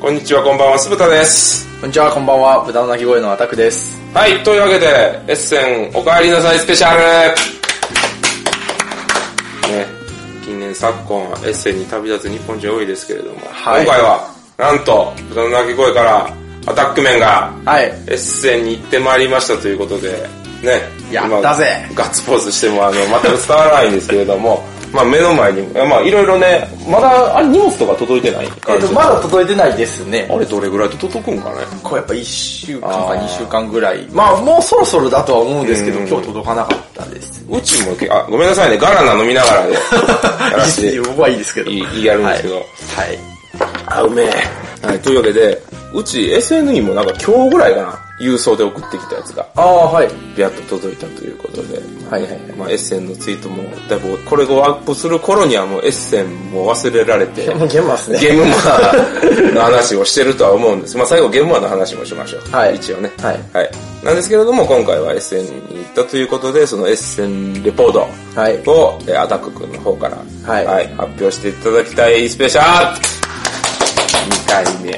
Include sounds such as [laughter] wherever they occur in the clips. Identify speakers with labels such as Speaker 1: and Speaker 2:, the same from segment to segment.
Speaker 1: こんにちは、こんばんは、酢豚です。
Speaker 2: こんにちは、こんばんは。豚の鳴き声のアタクです。
Speaker 1: はい、というわけで、エッセン、おかえりなさいスペシャルね、近年昨今、エッセンに旅立つ日本人多いですけれども、
Speaker 2: はい
Speaker 1: 今回は、なんと、豚の鳴き声から、アタックメンが、
Speaker 2: はい。
Speaker 1: エッセンに行ってまいりましたということで、ね、
Speaker 2: や
Speaker 1: 今
Speaker 2: ったぜ
Speaker 1: ガッツポーズしても、あの、全く伝わらないんですけれども、 [laughs] まあ目の前に、まあいろいろね、まだ、あれ荷物とか届いてない
Speaker 2: え
Speaker 1: 感
Speaker 2: っ
Speaker 1: じ、
Speaker 2: と、まだ届いてないですね。
Speaker 1: あれどれぐらいで届くんかね
Speaker 2: こうやっぱ1週間
Speaker 1: あ
Speaker 2: か
Speaker 1: ー
Speaker 2: 2週間ぐらい。まあ、もうそろそろだとは思うんですけど、
Speaker 1: うん
Speaker 2: 今日届かなかったです。
Speaker 1: うちもけ、あ、ごめんなさいね、ガラナ飲みながらで、やらせ
Speaker 2: [laughs] いい
Speaker 1: て
Speaker 2: っすね僕はいいですけど。
Speaker 1: いいいいやるんですけど。
Speaker 2: はい。
Speaker 1: あ、うめえ。はい、というわけで、うち SNE もなんか今日ぐらいかな、郵送で送ってきたやつが、
Speaker 2: ああ、はい。
Speaker 1: ビャッと届いたということで、
Speaker 2: はいはいはい
Speaker 1: まあ、エッセンのツイートも、だいぶ、これをアップする頃にはもうエッセンも忘れられ
Speaker 2: [laughs]
Speaker 1: て、
Speaker 2: もうゲームます
Speaker 1: ゲ
Speaker 2: ね。
Speaker 1: ームマーの話をしてるとは思うんです。まあ最後ゲームマーの話もしましょう。
Speaker 2: はい
Speaker 1: 一応ね。
Speaker 2: はい
Speaker 1: なんですけれども、今回はエッセンに行ったということで、そのエッセンレポート
Speaker 2: はい
Speaker 1: を、えーアタック君の方から、
Speaker 2: はい
Speaker 1: 発表していただきたいスペシャル !2 回目。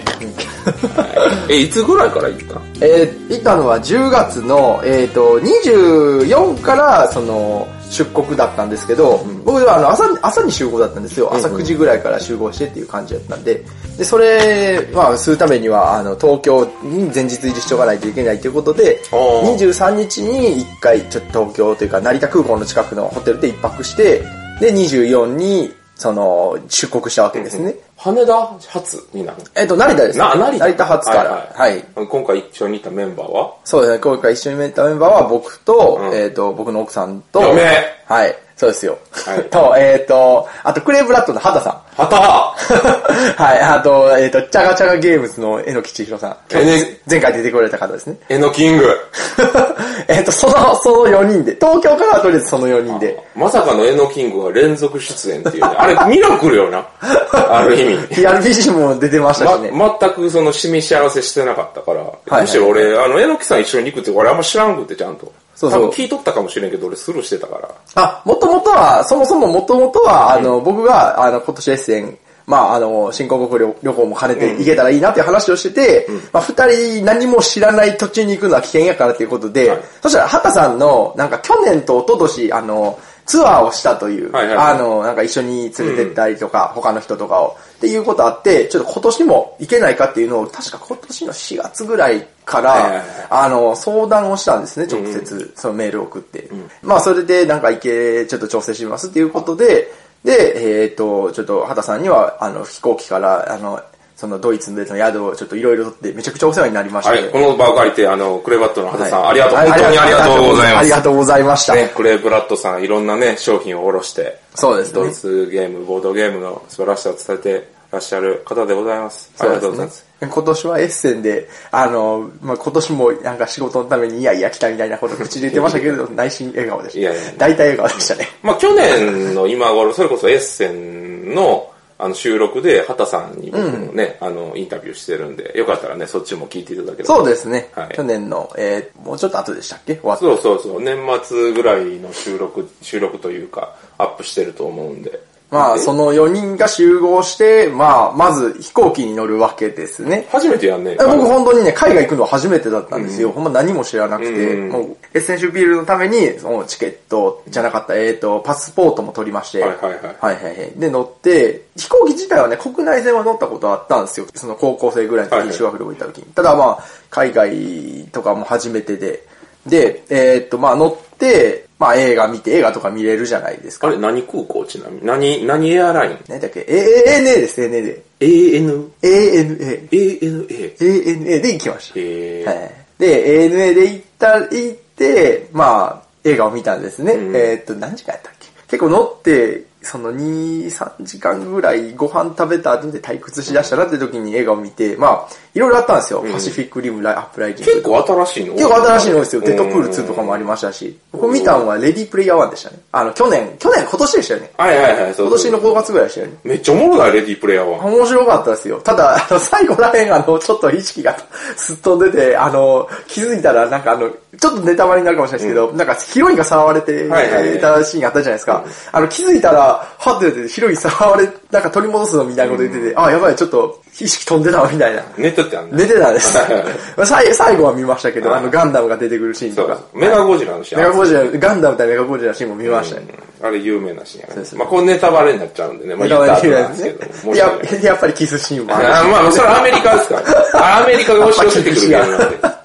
Speaker 1: はい、え、いつぐらいから行ったの
Speaker 2: えー、行ったのは10月の、えっ、と、24から、その、出国だったんですけど、僕はあの朝に朝に集合だったんですよ。朝9時ぐらいから集合してっていう感じだったんで、で、それ、まあ、するためには、あの、東京に前日入りしておかないといけないということで、
Speaker 1: おー
Speaker 2: 23日に一回、ちょっと東京というか、成田空港の近くのホテルで一泊して、で、24に、その、出国したわけですね。
Speaker 1: 羽田発になる
Speaker 2: えっ、と、成田ですね。
Speaker 1: な、成田
Speaker 2: 発から。はい
Speaker 1: い。今回一緒にいたメンバーは
Speaker 2: そうですね、今回一緒にメンバーは僕と、
Speaker 1: うん
Speaker 2: えっ、と、僕の奥さんと、
Speaker 1: 嫁
Speaker 2: はい、そうですよ。
Speaker 1: はい
Speaker 2: [laughs] と、えっ、と、あと、クレイブラッドの畑さん。 [laughs]
Speaker 1: 畑
Speaker 2: はい、あと、えっ、と、チャガチャガゲームズの榎木千尋さん。
Speaker 1: えね
Speaker 2: 前回出てこられた方ですね。 [laughs]
Speaker 1: えのキング。
Speaker 2: えっと、その、その4人で。東京からはとりあえずその4人で。
Speaker 1: まさかのエノキングが連続出演っていうね。あれ、ミラクルよ
Speaker 2: [laughs]
Speaker 1: な。ある意味。
Speaker 2: TRPG も出てましたしね。
Speaker 1: ま、全くその、示し合わせしてなかったから。
Speaker 2: はい
Speaker 1: むしろ俺、あの、えのきさん一緒に行くって、俺あんま知らんくって、ちゃんと。
Speaker 2: そうそう
Speaker 1: 多分聞いとったかもしれんけど、俺スルーしてたから。
Speaker 2: あ、もともとは、そもそももともとは、あの、僕が、あの、今年エッセン、まあ、あの、新興国旅旅行も兼ねて行けたらいいなっていう話をしてて、まあ、二人何も知らない土地に行くのは危険やからということで、
Speaker 1: はい
Speaker 2: そしたら、畑さんの、なんか去年と一昨年、あの、ツアーをしたという、
Speaker 1: はいはいはい
Speaker 2: あの、なんか一緒に連れてったりとか、他の人とかを、っていうことあって、ちょっと今年も行けないかっていうのを、確か今年の4月ぐらいから、
Speaker 1: はいはいはい
Speaker 2: あの、相談をしたんですね、直接、そのメールを送って。まあ、それで、なんか、いけ、ちょっと調整しますっていうことで、で、えっ、と、ちょっと、畑さんには、あの、飛行機から、あの、そのドイツでの宿をちょっといろいろとって、めちゃくちゃお世話になりまし
Speaker 1: は
Speaker 2: て。
Speaker 1: い、この場を借りて、あの、クレバットの畑さん、
Speaker 2: はい
Speaker 1: ありがとう、本当にありがとうございます。
Speaker 2: ありがとうございました。
Speaker 1: ね、クレーブラッドさんいろんなね、商品を卸して、
Speaker 2: そうですね
Speaker 1: ドイツゲーム、ボードゲームの素晴らしさを伝えてらっしゃる方でございます。ありがとうございます。
Speaker 2: 今年はエッセンで、あの、まあ、今年もなんか仕事のためにいやいや来たみたいなこと口で言ってましたけれど、内心笑顔でした。
Speaker 1: いやいや
Speaker 2: 大体笑顔でしたね。
Speaker 1: まあ去年の今頃、それこそエッセンのあの収録で、畑さんに僕もね、あの、インタビューしてるんで、よかったらね、そっちも聞いていただければ。
Speaker 2: そうですね。
Speaker 1: はい
Speaker 2: 去年の、えー、もうちょっと後でしたっけ終わった
Speaker 1: そうそうそう、年末ぐらいの収録、収録というか、アップしてると思うんで。
Speaker 2: まあ、
Speaker 1: で
Speaker 2: その4人が集合して、まあ、まず飛行機に乗るわけですね。
Speaker 1: 初めてやんね。
Speaker 2: 僕本当にね、海外行くのは初めてだったんですよ。ほんま何も知らなくて、
Speaker 1: うん
Speaker 2: もう、エッセンシュビールのために、そのチケットじゃなかった、えっ、と、パスポートも取りまして、
Speaker 1: はいはいはい
Speaker 2: はいはいはいで、乗って、飛行機自体はね、国内線は乗ったことあったんですよ。その高校生ぐらいの時
Speaker 1: はいはい
Speaker 2: に修学旅行行った時に。ただまあ、海外とかも初めてで、で、えっ、と、まあ乗って、まあ映画見て、映画とか見れるじゃないですか。
Speaker 1: あれ、何空港ちなみに何、何エアライン
Speaker 2: 何だっけ ?ANA です、ANA で。
Speaker 1: ?AN、
Speaker 2: ANA。
Speaker 1: ANA。
Speaker 2: ANA で行きました。
Speaker 1: えー
Speaker 2: はい。で、ANA で行った、行って、まあ、映画を見たんですね。
Speaker 1: ん
Speaker 2: えーっと、何時間やったっけ結構乗って、その2、3時間ぐらいご飯食べた後で退屈しだしたなって時に映画を見て、まあ、いろいろあったんですよ。パシフィックリムライアップライティング。
Speaker 1: 結構新しいの
Speaker 2: 結構新しいの多いですよ。デッドプール2とか
Speaker 1: も。
Speaker 2: もありましたし。僕見たのはレディープレイヤー1でしたね。あの、去年、去年、今年でしたよね。
Speaker 1: はいはいはい、そう
Speaker 2: 今
Speaker 1: そう
Speaker 2: 年の5月ぐらいでしたよね。
Speaker 1: めっちゃおもろない、レディープレイヤーは。
Speaker 2: 面白かったですよ。ただ、あの、最後らへん、あの、ちょっと意識がすっ飛んでて、あの、気づいたら、なんかあの、ちょっとネタバレになるかもしれないですけど、なんかヒロインがさらわれて
Speaker 1: はいはいはい
Speaker 2: いたシーンがあったじゃないですか。あの、気づいたら、ら、はって出て、ひろゆきさん、あれ、なんか取り戻すのみたいなこと言ってて、あ、やばい、ちょっと、意識飛んでたわ、みたいな。
Speaker 1: ネットってあんね
Speaker 2: 寝てたん
Speaker 1: [laughs]
Speaker 2: です。さい最後は見ましたけど、
Speaker 1: はい
Speaker 2: あの、ガンダムが出てくるシーン
Speaker 1: そ
Speaker 2: と
Speaker 1: う
Speaker 2: か。
Speaker 1: そうメガゴジラのシーン
Speaker 2: メガゴジラ、ガンダム対メガゴジラのシーンも見ましたね。
Speaker 1: うんあれ有名なシーンや
Speaker 2: う
Speaker 1: ね
Speaker 2: です。ね
Speaker 1: まあこれネタバレになっちゃうんでね。まあ
Speaker 2: メ
Speaker 1: 言
Speaker 2: ガ
Speaker 1: っ
Speaker 2: ゴ
Speaker 1: た後
Speaker 2: ジラ
Speaker 1: なんです
Speaker 2: で
Speaker 1: す
Speaker 2: ね
Speaker 1: けど。申
Speaker 2: い
Speaker 1: し訳ない。
Speaker 2: や、やっぱりキスシーンもあるし
Speaker 1: あーまあまあ、それはアメリカですから。あアメリカが押し寄せてくるゲームなんで。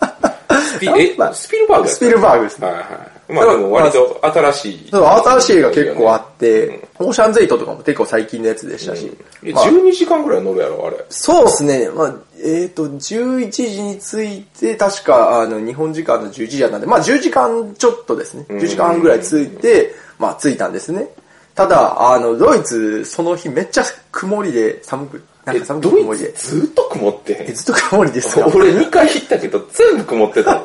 Speaker 1: スピえ、スピルバーグやった
Speaker 2: スピルバーグですね。
Speaker 1: はいはい。まあでも割と新しい。
Speaker 2: そう、新しい映画結構あって、オーシャンズエイトとかも結構最近のやつでしたし。
Speaker 1: え
Speaker 2: まあ
Speaker 1: 12時間ぐらい乗るやろ、あれ。
Speaker 2: そうですね。まあ、えっ、と、11時に着いて、確か、あの、日本時間の11時だったんで、まあ、10時間ちょっとですね。10時間半ぐらい着いて、まあ、着いたんですね。ただ、あの、ドイツ、その日めっちゃ曇りで、寒く、なん
Speaker 1: え
Speaker 2: か寒くて
Speaker 1: ド
Speaker 2: 曇
Speaker 1: イ
Speaker 2: り
Speaker 1: ツ
Speaker 2: で。
Speaker 1: ずっと曇ってへ
Speaker 2: え
Speaker 1: ん。
Speaker 2: ずっと曇りですか
Speaker 1: 俺2回行ったけど全部曇ってた。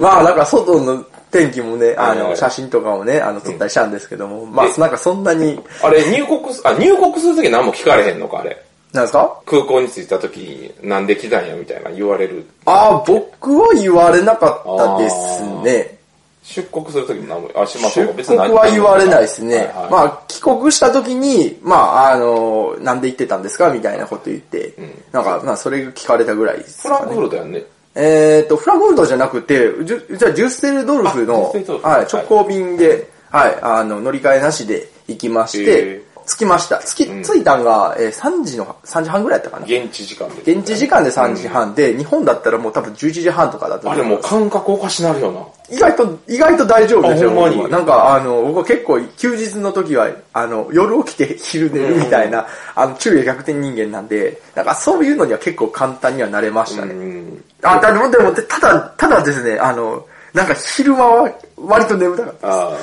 Speaker 2: まあ、なんか外の天気もね、
Speaker 1: は
Speaker 2: あ
Speaker 1: いはいは
Speaker 2: の、
Speaker 1: い
Speaker 2: 写真とかもね、あの、撮ったりしたんですけども、まあ、
Speaker 1: え
Speaker 2: なんかそんなに、
Speaker 1: あれ入国す、あ、入国するとき何も聞かれへんのか、あれ。
Speaker 2: なんですか
Speaker 1: 空港に着いたときなんで来たんやみたいな言われる。
Speaker 2: ああ、僕は言われなかったですね。
Speaker 1: 出国するときも何も、あ、しまし
Speaker 2: 出
Speaker 1: ょうか。別
Speaker 2: 国
Speaker 1: に
Speaker 2: は言われないですね。
Speaker 1: はいはい
Speaker 2: まあ、帰国した時に、まあ、あの、なんで行ってたんですかみたいなこと言って、なんか、まあ、それ聞かれたぐらいです
Speaker 1: フ
Speaker 2: かね
Speaker 1: ランクフルトやんね。
Speaker 2: えっと、フランクフルトじゃなくて、じゅじゃあ、ジュッセルドルフ
Speaker 1: あ
Speaker 2: の
Speaker 1: デュッセルドル、フ
Speaker 2: は、
Speaker 1: はいい
Speaker 2: 直行便で、はい、あの、乗り換えなしで行きまし
Speaker 1: へ
Speaker 2: て
Speaker 1: ー、
Speaker 2: 着きました。着き、着いたんが、えー3時の、3時半ぐらいだったかな。
Speaker 1: 現地時間で。
Speaker 2: 現地時間で3時半で、日本だったらもう多分11時半とかだと
Speaker 1: あ
Speaker 2: 思
Speaker 1: れ
Speaker 2: います
Speaker 1: もう感覚おかしなるよな。
Speaker 2: 意外と、意外と大丈夫ですよ。
Speaker 1: あほんまに
Speaker 2: 僕はなんか、あの、僕は結構、休日の時は、あの、夜起きて昼寝るみたいな、あの、昼夜逆転人間なんで、なんかそういうのには結構簡単にはなれましたね。
Speaker 1: うん。
Speaker 2: あ、でも、でも、ただ、ただですね、あの、なんか昼間は割と眠たかった。
Speaker 1: ああ。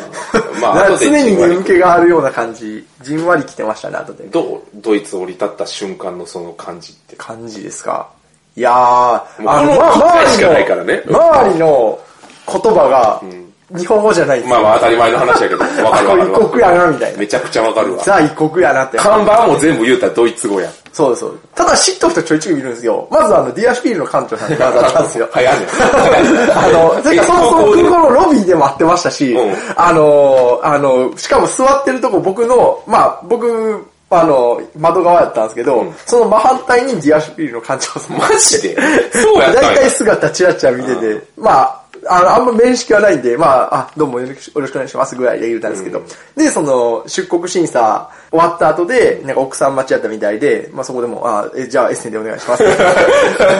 Speaker 1: ま
Speaker 2: な
Speaker 1: あ、
Speaker 2: んか
Speaker 1: 後で
Speaker 2: 常に
Speaker 1: じんわり
Speaker 2: 眠気があるような感じ、じんわり来てましたね、後で。
Speaker 1: どうドイツ降り立った瞬間のその感じって。
Speaker 2: 感じですか。いやー、あの、ま
Speaker 1: もうこの答えしか
Speaker 2: 周
Speaker 1: な
Speaker 2: り
Speaker 1: いか
Speaker 2: の
Speaker 1: らね、
Speaker 2: 周りの言葉が、日本語じゃないです
Speaker 1: まあまあ当たり前の話やけど、わかるわ
Speaker 2: あ、こ
Speaker 1: か
Speaker 2: れ
Speaker 1: るわか
Speaker 2: 異
Speaker 1: る。
Speaker 2: 国やな、みたいな。
Speaker 1: めちゃくちゃわかるわ。
Speaker 2: ザ異国やなって。
Speaker 1: 看板も全部言うたらドイツ語や。。
Speaker 2: そうですそうです。ただ知っとく人ちょいちょい見るんですよ。まずあの、ディアシュピールの館長さんがだったんですよ
Speaker 1: [laughs] 早いね。
Speaker 2: あの、それからそもそも空港のロビーでも会ってましたし、
Speaker 1: うん
Speaker 2: あの、あの、しかも座ってるとこ僕の、まあ、僕、あの、窓側やったんですけど、
Speaker 1: うん
Speaker 2: その真反対にディアシュピールの館長さん。
Speaker 1: マジでそうやったんや
Speaker 2: [laughs] 大体姿チラチラ見てて、まあ、あの、あんま面識はないんで、まあ、あ、どうもよろしくお願いしますぐらいで言うたんですけど、で、その、出国審査終わった後で、なんか奥さん待ちやったみたいで、まあそこでも、あ、えじゃあエッセンでお願い
Speaker 1: [laughs]
Speaker 2: します。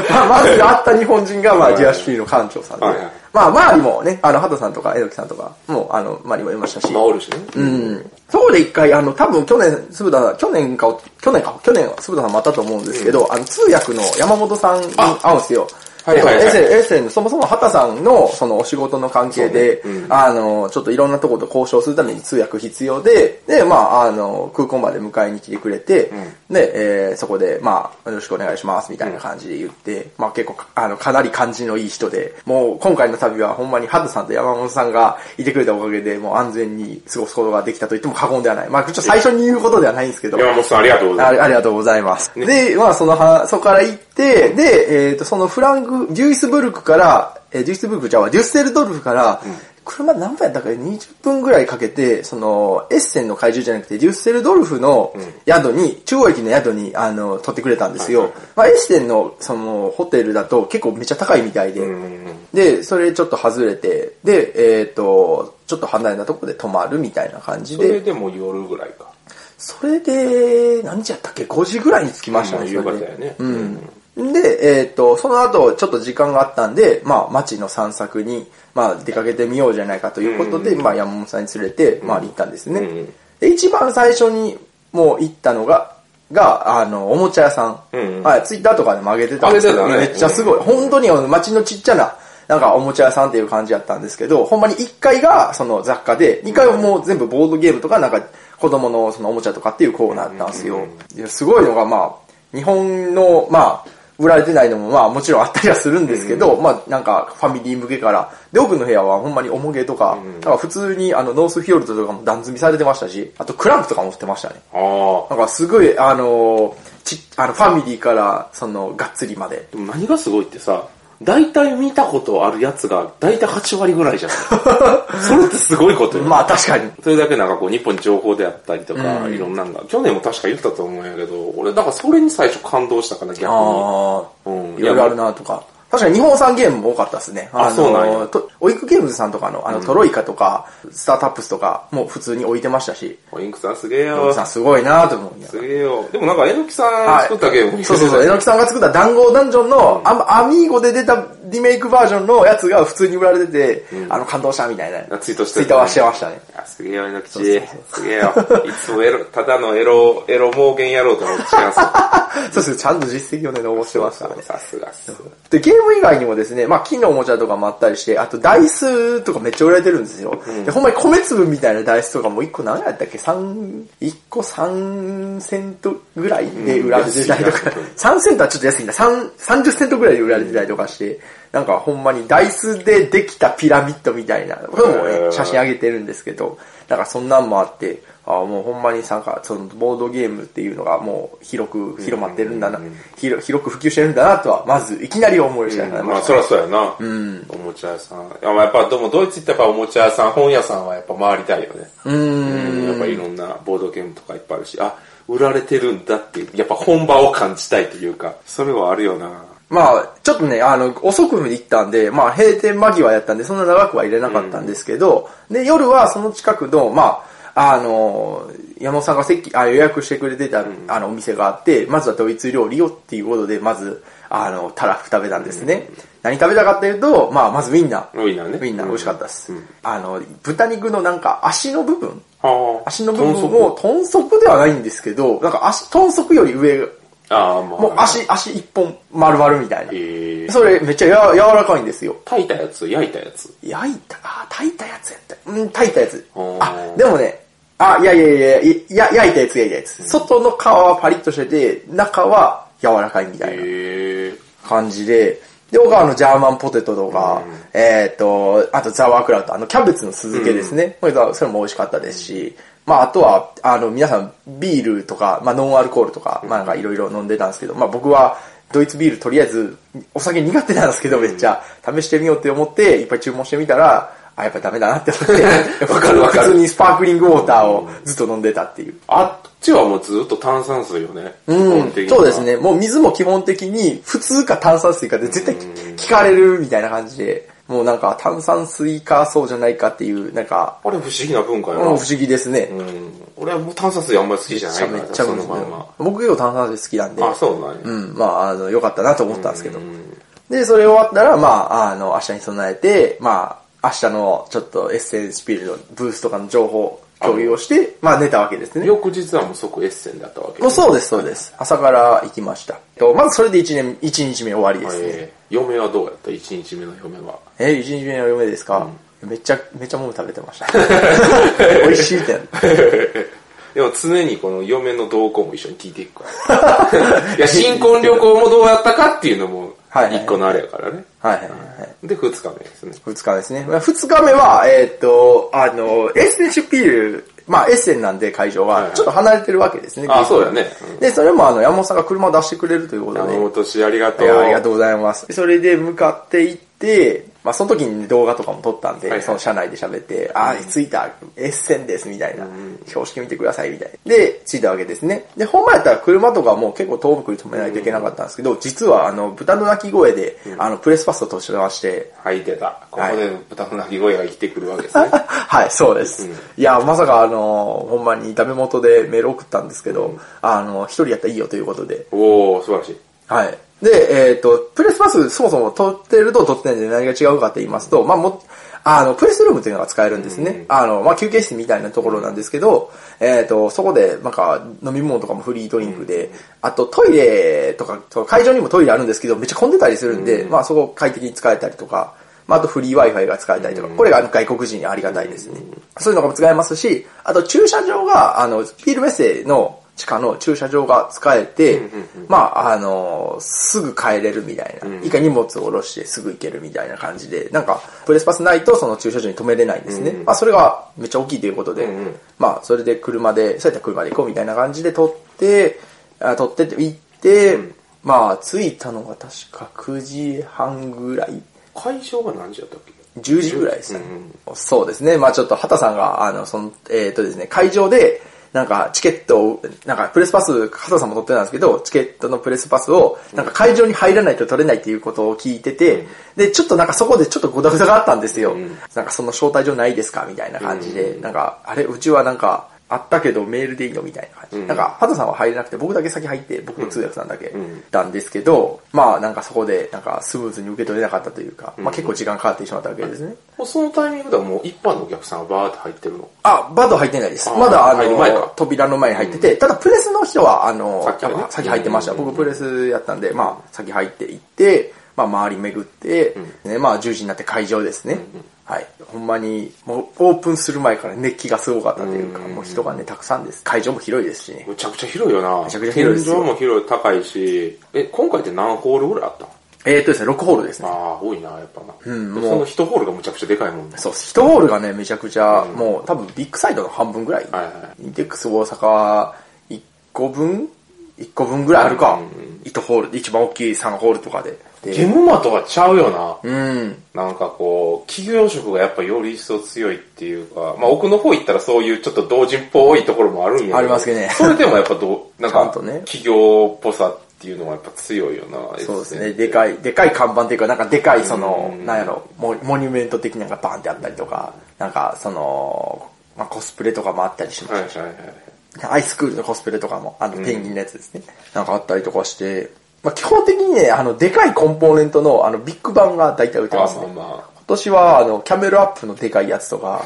Speaker 2: まあ、まず会った日本人が、まあ、ジアシュピールの館長さんで
Speaker 1: はいはい、
Speaker 2: まあ、周りもね、あの、畑さんとか、江戸さんとか、もう、あの、周りもいましたし、
Speaker 1: まあおるしね。
Speaker 2: うん。そこで一回、あの、多分去年、鈴田さん、去年か、去年か、去年、鈴田さんもあったと思うんですけど、あの、通訳の山本さんに会うんですよ。
Speaker 1: はいはいはい
Speaker 2: えっとエッセンエッセンの、そもそも畑さんの、そのお仕事の関係で、あの、ちょっといろんなところと交渉するために通訳必要で、で、まあ、あの、空港まで迎えに来てくれて、で、えーそこで、まあ、よろしくお願いします、みたいな感じで言って、まあ結構、あの、かなり感じのいい人で、もう今回の旅はほんまにハトさんと山本さんがいてくれたおかげで、もう安全に過ごすことができたと言っても過言ではない。まあ、ちょっと最初に言うことではないんですけ
Speaker 1: [laughs]
Speaker 2: ど、
Speaker 1: 山本さんありがとうござい
Speaker 2: あ
Speaker 1: ます。
Speaker 2: りありがとうございます。で、まあ、そのは、そこから行って、で、えっ、と、そのフランク、デュイスブルクから、えーデュイスブルクじゃあ、デュッセルドルフから、車で何分やったか20分ぐらいかけて、その、エッセンの怪獣じゃなくて、デュッセルドルフの宿に、中央駅の宿に、あの、取ってくれたんですよ。まあ、エッセンの、その、ホテルだと結構めっちゃ高いみたいで、で、それちょっと外れて、で、えっ、と、ちょっと離れたとこで泊まるみたいな感じ
Speaker 1: それ
Speaker 2: で、
Speaker 1: でも夜ぐらいか。
Speaker 2: それで、何時やったっけ ?5 時ぐらいに着きましたね、
Speaker 1: 夕
Speaker 2: そ
Speaker 1: 方
Speaker 2: れで
Speaker 1: やね。
Speaker 2: うん。で、えっ、と、その後、ちょっと時間があったんで、まあ、街の散策に、まあ、出かけてみようじゃないかということで、まあ、山本さんに連れて、まあ、行ったんですね、
Speaker 1: うんうん
Speaker 2: で、一番最初に、もう行ったのが、が、あの、おもちゃ屋さん。
Speaker 1: うんうん
Speaker 2: はい、ツイッターとかでも上げてたんですけど、
Speaker 1: 上げてた
Speaker 2: め
Speaker 1: ね
Speaker 2: っちゃすごい。本当にあの街のちっちゃな、なんかおもちゃ屋さんっていう感じやったんですけど、ほんまに1階がその雑貨で、2階はもう全部ボードゲームとかなんか子供のそのおもちゃとかっていうコーナーだったんですよ。いや、すごいのがまあ、日本のまあ、売られてないのもまあもちろんあったりはするんですけど、まあなんかファミリー向けから、で奥の部屋はほんまにおもげとか、なんか普通にあのノースフィヨルドとかも段積みされてましたし、あとクランプとかも売ってましたね。
Speaker 1: ああ。
Speaker 2: なんかすごい、あのーち、あの、ファミリーから、その、がっつりまで。
Speaker 1: でも何がすごいってさ、大体見たことあるやつが、大体8割ぐらい
Speaker 2: [laughs]
Speaker 1: じゃないそれってすごいことよ。
Speaker 2: まあ確かに。
Speaker 1: それだけなんかこう、日本に情報であったりとか、いろんなんが、去年も確か言ったと思うんやけど、俺、だからそれに最初感動したかな、逆に。
Speaker 2: ああ、
Speaker 1: うん
Speaker 2: いろいろあるなとか。確かに日本産ゲームも多かったですね。
Speaker 1: あ
Speaker 2: の
Speaker 1: そうなんや
Speaker 2: とオイクゲームズさんとかの、あの、トロイカとか、スタートアップスとか、もう普通に置いてましたし、
Speaker 1: インクさんすげえ
Speaker 2: トロイ
Speaker 1: よ
Speaker 2: さ。んすごいなと思うんだよ
Speaker 1: すげえよ。でもなんか、えのきさん
Speaker 2: はい
Speaker 1: 作ったゲーム
Speaker 2: そうそ
Speaker 1: [laughs]
Speaker 2: うそう。えのきさんが作った団子ダンジョンの、あん、アミーゴで出たリメイクバージョンのやつが普通に売られてて、あの、感動したみたいな。
Speaker 1: ツイートして
Speaker 2: ツイートはしてましたね。
Speaker 1: あすげえよ、えのきち。すげえよ。いつもエロ、ただのエロ、エロ盲言野郎とは違う
Speaker 2: [laughs]
Speaker 1: んすよ。
Speaker 2: そうです。ちゃんと実績をね、残してますからね。
Speaker 1: さすがっす。
Speaker 2: で、ゲーム以外にもですね、まあ、木のおもちゃとかもあったりして、あと、ダイスとかめっちゃ売られてるんですよ。で、ほんまに米粒みたいなダイスとかも1個何やったっけ ?3、1個3セントぐらいで売られてたりとか、
Speaker 1: うん安い安い
Speaker 2: 3セントはちょっと安いんだ。3、30セントぐらいで売られてたりとかして、なんかほんまにダイスでできたピラミッドみたいな、これも
Speaker 1: へ
Speaker 2: ね、
Speaker 1: ー
Speaker 2: 写真上げてるんですけど、なんかそんなんもあって、ああ、もうほんまになんか、そのボードゲームっていうのがもう広く広まってるんだな、広広く普及してるんだなとは、まずいきなり思いしたね
Speaker 1: まあ、そりゃそうやな。おもちゃ屋さん。いやまあやっぱ、でもドイツ行ってやっぱおもちゃ屋さん、本屋さんはやっぱ回りたいよね。うん。やっぱいろんなボードゲームとかいっぱいあるし、あ、売られてるんだっていう、やっぱ本場を感じたいというか、それはあるよな。
Speaker 2: まあ、ちょっとね、あの、遅くに行ったんで、まあ、閉店間際やったんで、そんな長くは入れなかったんですけど、で、夜はその近くの、まあ、あの、山本さんが席、あ予約してくれてた、あの、お店があって、まずはドイツ料理をっていうことで、まず、あの、たらふく食べたんですね。何食べたかっていうと、まあ、まずウィンナー。
Speaker 1: ウインナーね
Speaker 2: ウィンナー美味しかったです。あの、豚肉のなんか足の部分
Speaker 1: はあ
Speaker 2: 足の部分を豚足ではないんですけど、なんか足、豚足より上、
Speaker 1: ああ、まあ。
Speaker 2: もう。足、足一本丸々みたいな。
Speaker 1: ええ。
Speaker 2: それめっちゃや柔らかいんですよ。
Speaker 1: 炊いたやつ焼いたやつ
Speaker 2: 焼いた、あー、炊いたやつやった。うん、炊いたやつ。
Speaker 1: おー
Speaker 2: あ、でもね、あ、いやいやいやいや、や焼いたやつ焼いたやつ。外の皮はパリッとしてて、中は柔らかいみたいな
Speaker 1: ええ。
Speaker 2: 感じで、で、僕はあの、ジャーマンポテトとか、えっ、と、あとザワークラウト、あの、キャベツの酢漬けですね。これがそれも美味しかったですし、まあ、あとは、あの、皆さん、ビールとか、まあ、ノンアルコールとか、まあ、なんかいろいろ飲んでたんですけど、まあ、僕は、ドイツビールとりあえず、お酒苦手なんですけど、めっちゃ、試してみようって思って、いっぱい注文してみたら、あ、やっぱダメだなって思 [laughs] って、
Speaker 1: わかるわかる
Speaker 2: 普通にスパークリングウォーターをずっと飲んでたっていう。
Speaker 1: あっちはもうずっと炭酸水よね。うん
Speaker 2: そうです。ね。もう水も基本的に普通か炭酸水かで絶対聞かれるみたいな感じで、もうなんか炭酸水かそうじゃないかっていう、なんか、
Speaker 1: あれ不思議な文化や
Speaker 2: う
Speaker 1: な
Speaker 2: ん不思。議ですね。め
Speaker 1: うん。俺はもう炭酸水あんまり好きじゃない
Speaker 2: ちゃ
Speaker 1: から、
Speaker 2: めっちゃ
Speaker 1: そ
Speaker 2: む
Speaker 1: の
Speaker 2: ず
Speaker 1: まんま。
Speaker 2: 僕結構炭酸水好きなんで、
Speaker 1: あ、そうなんや。
Speaker 2: うん、まあ、あの、良かったなと思ったんですけど。で、それ終わったら、まあ、あの、明日に備えて、まあ、明日のちょっとエッセンスピールのブースとかの情報共有をして、まあ寝たわけですね。
Speaker 1: 翌日はもう即エッセンだったわけ
Speaker 2: もうそうです、そうです。朝から行きました。とまずそれで1年、一日目終わりですね。
Speaker 1: えー嫁はどうやった一日目の嫁は。
Speaker 2: えー、一日目の嫁ですか、めっちゃ、めっちゃもむ食べてました。
Speaker 1: [laughs]
Speaker 2: 美味しいってなる。
Speaker 1: でも常にこの嫁の動向も一緒に聞いていく
Speaker 2: [laughs]
Speaker 1: から。いや、新婚旅行もどうやったかっていうのも、
Speaker 2: はいはい
Speaker 1: 一個のあれやからね。
Speaker 2: はいはいはい。
Speaker 1: で、二日目ですね。
Speaker 2: 二日目ですね。まあ二日目は、えーっと、あの、エッセンシュピール、まあエッセンなんで会場
Speaker 1: はい
Speaker 2: は
Speaker 1: はい
Speaker 2: ちょっと離れてるわけですね。
Speaker 1: あ、そうだね。
Speaker 2: で、それもあの、山本さんが車を出してくれるということで。
Speaker 1: 山本氏ありがと。
Speaker 2: いうやありがとうございます。それで向かって行って、まあその時に動画とかも撮ったんで、
Speaker 1: はいはい
Speaker 2: その車内で喋って、ああ、着いた、エッセンです、みたいな。標識見てください、みたいな。で、着いたわけですね。で、本番やったら車とかも結構東北に止めないといけなかったんですけど、実はあの、豚の鳴き声で、あの、プレスパスを閉じまして、 [laughs]
Speaker 1: はい、出た。ここで豚の鳴き声が生きてくるわけですね。
Speaker 2: はい、そうです。いや、まさかあの、ほんまにダメ元でメール送ったんですけど、あの、一人やったらいいよということで、
Speaker 1: おー、素晴らしい。
Speaker 2: はい。で、えっ、と、プレスパス、そもそも取ってると取ってないで何が違うかって言いますと、まあ、も、あの、プレスルームというのが使えるんですね。あの、まあ、休憩室みたいなところなんですけど、えっ、と、そこで、なんか、飲み物とかもフリードリンクで、あとトイレとか、そう会場にもトイレあるんですけど、めっちゃ混んでたりするんで、まあ、そこ快適に使えたりとか、まあ、あとフリー Wi-Fi が使えたりとか、これがあの外国人にありがたいですね。そういうのが使えますし、あと駐車場が、あの、ピールメッセの地下の駐車場が使えて、まあ、あの、すぐ帰れるみたいな。以下荷物を下ろしてすぐ行けるみたいな感じで、なんか、プレスパスないとその駐車場に止めれないんですね。まあ、それがめっちゃ大きいということで、まあ、それで車で、そうやったら車で行こうみたいな感じで撮って、あ撮ってって行って、まあ、着いたのが確か9時半ぐらい
Speaker 1: 会場が何時だったっけ
Speaker 2: ?10 時ぐらいですね。
Speaker 1: うん
Speaker 2: そうですね。まあちょっと、畑さんが、あの、その、えっ、とですね、会場で、なんか、チケットを、なんか、プレスパス、畑さんも取ってたんですけど、チケットのプレスパスを、なんか会場に入らないと取れないっていうことを聞いてて、で、ちょっとなんかそこでちょっとごだごだがあったんですよ。なんかその招待状ないですかみたいな感じで、なんか、あれ、うちはなんか、あったけどメールでいいよみたいな感じ。なんか、ハトさんは入れなくて、僕だけ先入って、僕の通訳さんだけ、たんですけど、まあなんかそこで、なんかスムーズに受け取れなかったというか、まあ結構時間かかってしまったわけですね。
Speaker 1: もうそのタイミングではもう一般のお客さんはバーって入ってるの。
Speaker 2: あ、バド入ってないです。
Speaker 1: あー
Speaker 2: まだあ
Speaker 1: 入る前か
Speaker 2: の、扉の前に入ってて、ただプレスの人は、あの
Speaker 1: さっきね、
Speaker 2: 先入ってました。
Speaker 1: うん
Speaker 2: 僕プレスやったんで、まあ、先入って行って、まあ、周り巡って、ね、まあ、10時になって会場ですね。はい。ほんまに、もう、オープンする前から熱気がすごかったというか、もう人がね、たくさんです。会場も広いですしね。
Speaker 1: むちゃくちゃ広いよな。め
Speaker 2: ちゃくちゃ広いですよ
Speaker 1: 天井も広い、高いし。え、今回って何ホールぐらいあったの
Speaker 2: えーとですね、6ホールですね。
Speaker 1: ああ、多いな、やっぱな。
Speaker 2: ん
Speaker 1: で
Speaker 2: もう
Speaker 1: その一ホールがむちゃくちゃでかいもんね。
Speaker 2: そう、1ホールがね、めちゃくちゃ、もう多分ビッグサイトの半分ぐらい。
Speaker 1: はいは
Speaker 2: インテックス大阪1個分 ?1 個分ぐらいあるか。1ホールで、一番大きい3ホールとかで。
Speaker 1: ゲ
Speaker 2: で
Speaker 1: ムマとはちゃうよな。
Speaker 2: うん。
Speaker 1: なんかこう、企業色がやっぱより一層強いっていうか、まあ奥の方行ったらそういうちょっと同人っぽいところもあるんやけど
Speaker 2: ありますけどね
Speaker 1: それでもやっぱどう、なん
Speaker 2: ちゃん
Speaker 1: か
Speaker 2: とね、
Speaker 1: 企業っぽさっていうのはやっぱ強いよな。
Speaker 2: そうですね。
Speaker 1: S
Speaker 2: でかい、でかい看板っていうか、なんかでかいその、なんやろ、モモニュメント的なのがバンってあったりとか、なんかその、まあ、コスプレとかもあったりしま
Speaker 1: は
Speaker 2: し
Speaker 1: いはいはい。
Speaker 2: た。アイスクールのコスプレとかも、あの、ペンギンのやつですね。なんかあったりとかして、まあ、基本的にね、あの、でかいコンポーネントの、あの、ビッグバンが大体売って
Speaker 1: まあ
Speaker 2: ます
Speaker 1: ま
Speaker 2: ね
Speaker 1: あ。ま
Speaker 2: 今年は、あの、キャメルアップのでかいやつ
Speaker 1: [laughs]
Speaker 2: とか、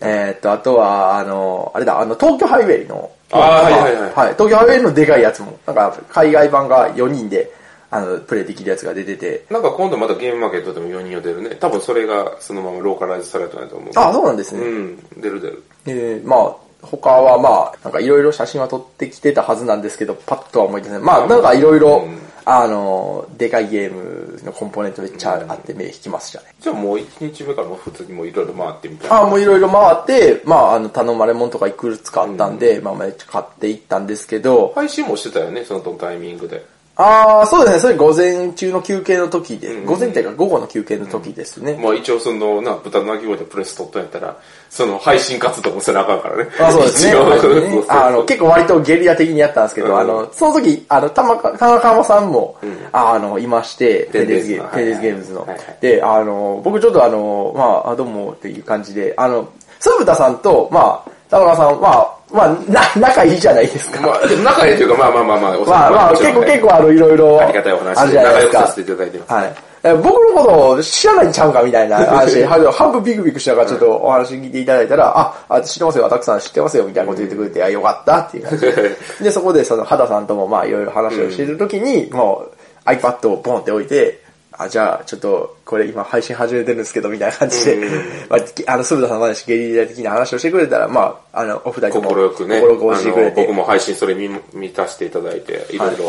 Speaker 2: えーっと、あとは、あの、あれだ、あの、東京ハイウェイの、
Speaker 1: あーはいはいはい
Speaker 2: 東京ハイウェイのでかいやつも、なんか、海外版が4人で、あの、プレイできるやつが出てて、
Speaker 1: あ。なんか今度またゲームマーケットでも4人を出るね。多分それがそのままローカライズされたんやと思う。
Speaker 2: あ、そうなんですね。
Speaker 1: うん、出る出る。
Speaker 2: えーまあ、他はまあ、なんかいろいろ写真は撮ってきてたはずなんですけど、パッとは思い出せない。まあ、なんかいろいろ
Speaker 1: うん、
Speaker 2: あの、でかいゲームのコンポーネントめっちゃあって目引きましたね。
Speaker 1: じゃあもう1日目からもう普通にもういろいろ回ってみたいな。
Speaker 2: あもういろいろ回って、まあ、あの、頼まれ物とかいくつかあったんで、まあ、めっちゃ買っていったんですけど、
Speaker 1: 配信もしてたよね、そのタイミングで。
Speaker 2: ああ、そうですね、それ午前中の休憩の時で、午前というか午後の休憩の時ですね。
Speaker 1: まあ一応そのな、豚の鳴き声でプレス取ったんやったら、その配信活動もせなあかんからね。
Speaker 2: [laughs] あそうですね。
Speaker 1: 一応
Speaker 2: はい
Speaker 1: そう
Speaker 2: ね
Speaker 1: そうそう
Speaker 2: あの、結構割とゲリラ的にやったんですけど、
Speaker 1: うん
Speaker 2: あの、その時、あの、たまか、田中さんも、ああの、いまして、
Speaker 1: テ
Speaker 2: テ
Speaker 1: ンデ
Speaker 2: レ
Speaker 1: イ
Speaker 2: ス
Speaker 1: ズ
Speaker 2: ゲ
Speaker 1: の
Speaker 2: ーム、テンデイズゲームズ
Speaker 1: は
Speaker 2: の
Speaker 1: いはいはい。
Speaker 2: で、あの、僕ちょっとあの、まああ、どうもっていう感じで、あの、鈴豚さんと、まあ、田中さん、まあ、まあ、な、仲いいじゃないですか。
Speaker 1: まあ、でも仲いいというか、まあまあまあまあ、お世
Speaker 2: ま
Speaker 1: 話
Speaker 2: あ
Speaker 1: に
Speaker 2: ま
Speaker 1: な
Speaker 2: あ、
Speaker 1: りし
Speaker 2: 結
Speaker 1: た
Speaker 2: 構
Speaker 1: ね
Speaker 2: 結構あの、いろいろ。
Speaker 1: ありがたいお話で
Speaker 2: あるじゃないで
Speaker 1: 仲
Speaker 2: す
Speaker 1: 良くさ
Speaker 2: か
Speaker 1: せ。ていただいてます。
Speaker 2: はい。え僕のことを知らないんちゃうかみたいな
Speaker 1: [laughs]
Speaker 2: 話、はる半分ビクビクしながらちょっとお話聞いていただいたら、あ、あ知ってますよ、たくさん知ってますよ、みたいなこと言ってくれて、あ、よかったっていう感じで。で、そこでその、肌さんともまあいろいろ話をしているときに、もう iPad をボンって置いて、あ、じゃあ、ちょっと、これ今配信始めてるんですけど、みたいな感じで、 [laughs] まあ、あの、鈴田さんの話、ゲリラ的な話をしてくれたら、まあ、あの、お二人とも、
Speaker 1: 心よくね、あ
Speaker 2: 心よく教えてくれ
Speaker 1: の
Speaker 2: て、
Speaker 1: 僕も配信それ見満たしていただいて、いろいろ、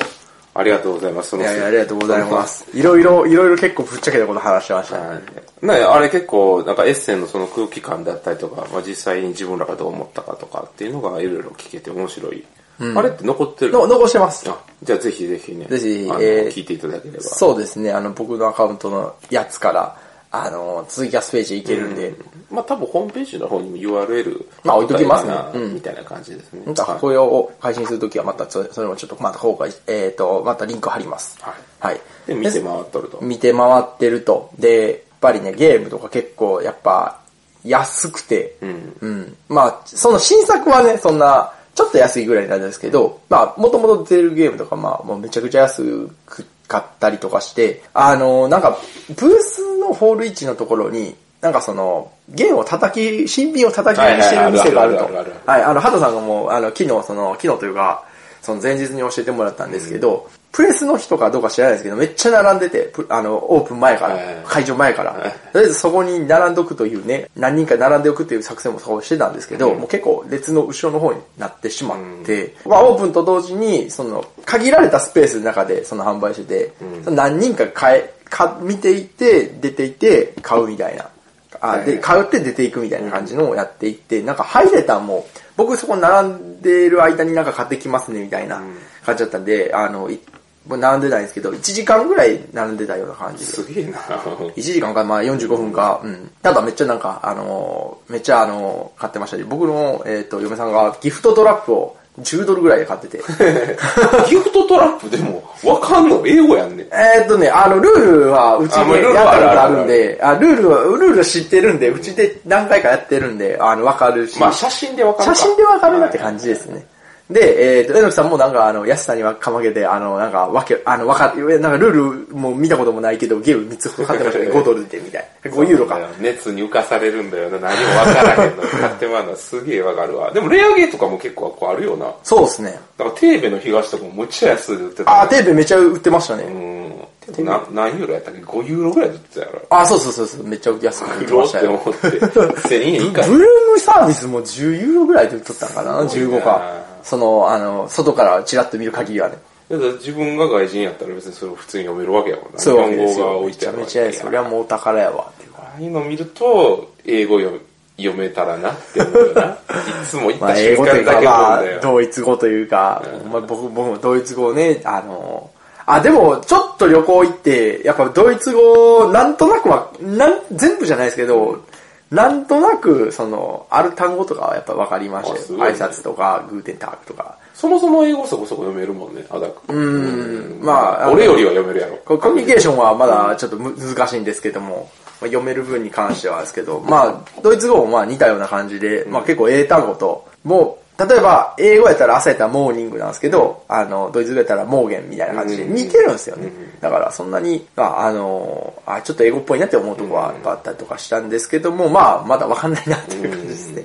Speaker 1: ありがとうございます。その
Speaker 2: いやいや、ありがとうございま。す。いろいろ、いろいろ結構ぶっちゃけたこと話してました。
Speaker 1: はいね、あれ結構、なんかエッセンのその空気感だったりとか、まあ、実際に自分らがどう思ったかとかっていうのがいろいろ聞けて面白い。あれって残ってる
Speaker 2: の残してます。
Speaker 1: あじゃあぜひぜひね、
Speaker 2: ぜひぜひ
Speaker 1: あの
Speaker 2: えー
Speaker 1: 聞いていただければ。
Speaker 2: そうですね、あの、僕のアカウントのやつから、あの、ツイキャスページ行けるんで、
Speaker 1: まあ多分ホームページの方にも URL
Speaker 2: まあ置いときますね
Speaker 1: あったりな
Speaker 2: うん
Speaker 1: みたいな感じですね。
Speaker 2: またこれを配信するときはまたそれ、それもちょっとまた公開、えっ、と、またリンク貼ります。
Speaker 1: はい
Speaker 2: はい。
Speaker 1: で、見て回っとると。
Speaker 2: 見て回ってると。で、やっぱりね、ゲームとか結構、やっぱ、安くて、うん。まあ、その新作はね、そんな、ちょっと安いぐらいなんですけど、まあ、もともと出るゲームとか、まあ、もうめちゃくちゃ安く買ったりとかして、あの、なんか、ブースのホール位置のところに、なんかその、ゲームを叩き、新品を叩き売りしてる店がある
Speaker 1: はいはいはいあるあるあるあるある
Speaker 2: と。はい、あの、ハトさんがもう、あの、昨日、その、昨日というか、その前日に教えてもらったんですけど、プレスの人かどうか知らないですけど、めっちゃ並んでて、プあの、オープン前から、
Speaker 1: はいはいはい
Speaker 2: 会場前から、
Speaker 1: はい
Speaker 2: とりあえずそこに並んどくというね、何人か並んでおくという作戦もそうしてたんですけど、もう結構列の後ろの方になってしまって、まあオープンと同時に、その、限られたスペースの中でその販売してて、その何人か買え、か、見ていて、出ていて、買うみたいな。あ、で、買うって出ていくみたいな感じのをやっていって、なんか入れたんも、僕そこ並んでる間になんか買ってきますねみたいな感じだったんで、あの、いもう並んでないんですけど、1時間ぐらい並んでたような感じで。
Speaker 1: すげえな。
Speaker 2: 1時間か、まあ45分か、うん。ただめっちゃなんか、あのーめっちゃあのー買ってましたし、僕の、えっ、と、嫁さんがギフトトラップを10ドルぐらいで買っ
Speaker 1: [laughs]
Speaker 2: てて。
Speaker 1: ギフトトラップでも、わかんの英語やんね。
Speaker 2: えーっとね、あの、ルールはうち
Speaker 1: あもう
Speaker 2: で
Speaker 1: ルー
Speaker 2: やっ
Speaker 1: ル
Speaker 2: た
Speaker 1: は
Speaker 2: ことあるんで、あ、ルールは、ルール知ってるんで、うちで何回かやってるんで、あの、わかるし。
Speaker 1: まあ、写真でわかる
Speaker 2: 写
Speaker 1: か。
Speaker 2: 真でわかるなって感じですね。で、えっ、と、えのきさんもなんか、あの、安さにはかまげて、あの、なんか、わけ、あの、わか、なんかルールも見たこともないけど、ゲーム3つほど買ってましたね。5ド
Speaker 1: [laughs]
Speaker 2: ルで、みたいな。5ユーロか。。
Speaker 1: 熱に浮かされるんだよな。何もわからへんの。買ってもらうのはすげえわかるわ。でも、レアゲーとかも結構こうあるよな。
Speaker 2: そうですね。
Speaker 1: なんか、テーベの東とかもむっちゃ安いで売ってた。
Speaker 2: あー、テープめっちゃ売ってました
Speaker 1: う
Speaker 2: ね。
Speaker 1: ん。でもな何ユーロやったっけ ?5 ユーロぐらいで売ってたやろ。
Speaker 2: あー、そうそうそうそう、めっちゃ安く売って
Speaker 1: 黒
Speaker 2: ま
Speaker 1: っ
Speaker 2: してたよ。
Speaker 1: 思って。1000円 [laughs] 以下
Speaker 2: ブルームサービスも10ユーロぐらいで売っとったんかな、
Speaker 1: すごいな
Speaker 2: 15か。その、あの、外からチラッと見る限りはね。
Speaker 1: だから自分が外人やったら別にそれを普通に読めるわけやもんな。
Speaker 2: そういうわけで
Speaker 1: 日
Speaker 2: す
Speaker 1: 本語が
Speaker 2: よ。
Speaker 1: 置
Speaker 2: め
Speaker 1: い
Speaker 2: ち
Speaker 1: て
Speaker 2: ゃ
Speaker 1: ある
Speaker 2: め
Speaker 1: わ
Speaker 2: ち
Speaker 1: け
Speaker 2: ゃ
Speaker 1: や
Speaker 2: や、そりゃもうお宝やわ、っていうか。
Speaker 1: ああいうの見ると、英語読読めたらなって思う
Speaker 2: [laughs]
Speaker 1: よな。いつも言っ
Speaker 2: ま
Speaker 1: た
Speaker 2: あ、
Speaker 1: 瞬
Speaker 2: 英語と
Speaker 1: 間
Speaker 2: いうか、ま
Speaker 1: だけ
Speaker 2: あ、
Speaker 1: 思うんだよ。
Speaker 2: ドイツ語というか、まあ、僕、僕もドイツ語をね、あの、あ、でも、ちょっと旅行行って、やっぱドイツ語、なんとなくは、なん、全部じゃないですけど、なんとなく、その、ある単語とかはやっぱ分かりました
Speaker 1: あす
Speaker 2: よ。
Speaker 1: ごい
Speaker 2: 挨
Speaker 1: ね
Speaker 2: 拶とか、グーテンタークとか。
Speaker 1: そもそも英語そこそこ読めるもんね、アダック。うん
Speaker 2: まああの
Speaker 1: 俺よりは読めるやろ。
Speaker 2: こうコミュニケーションはまだちょっとむ難しいんですけども、まあ、読める分に関してはですけど、まあ、ドイツ語もまあ似たような感じで、まあ結構英単語と、もう、例えば、英語やったら朝やったらモーニングなんですけど、あの、ドイツ語やったらモーゲンみたいな感じで
Speaker 1: うん
Speaker 2: 似てるんですよね。だからそんなに、まあ、あの、あ、ちょっと英語っぽいなって思うとこはやっぱあったりとかしたんですけども、まあ、まだわかんないなっていう感じですね。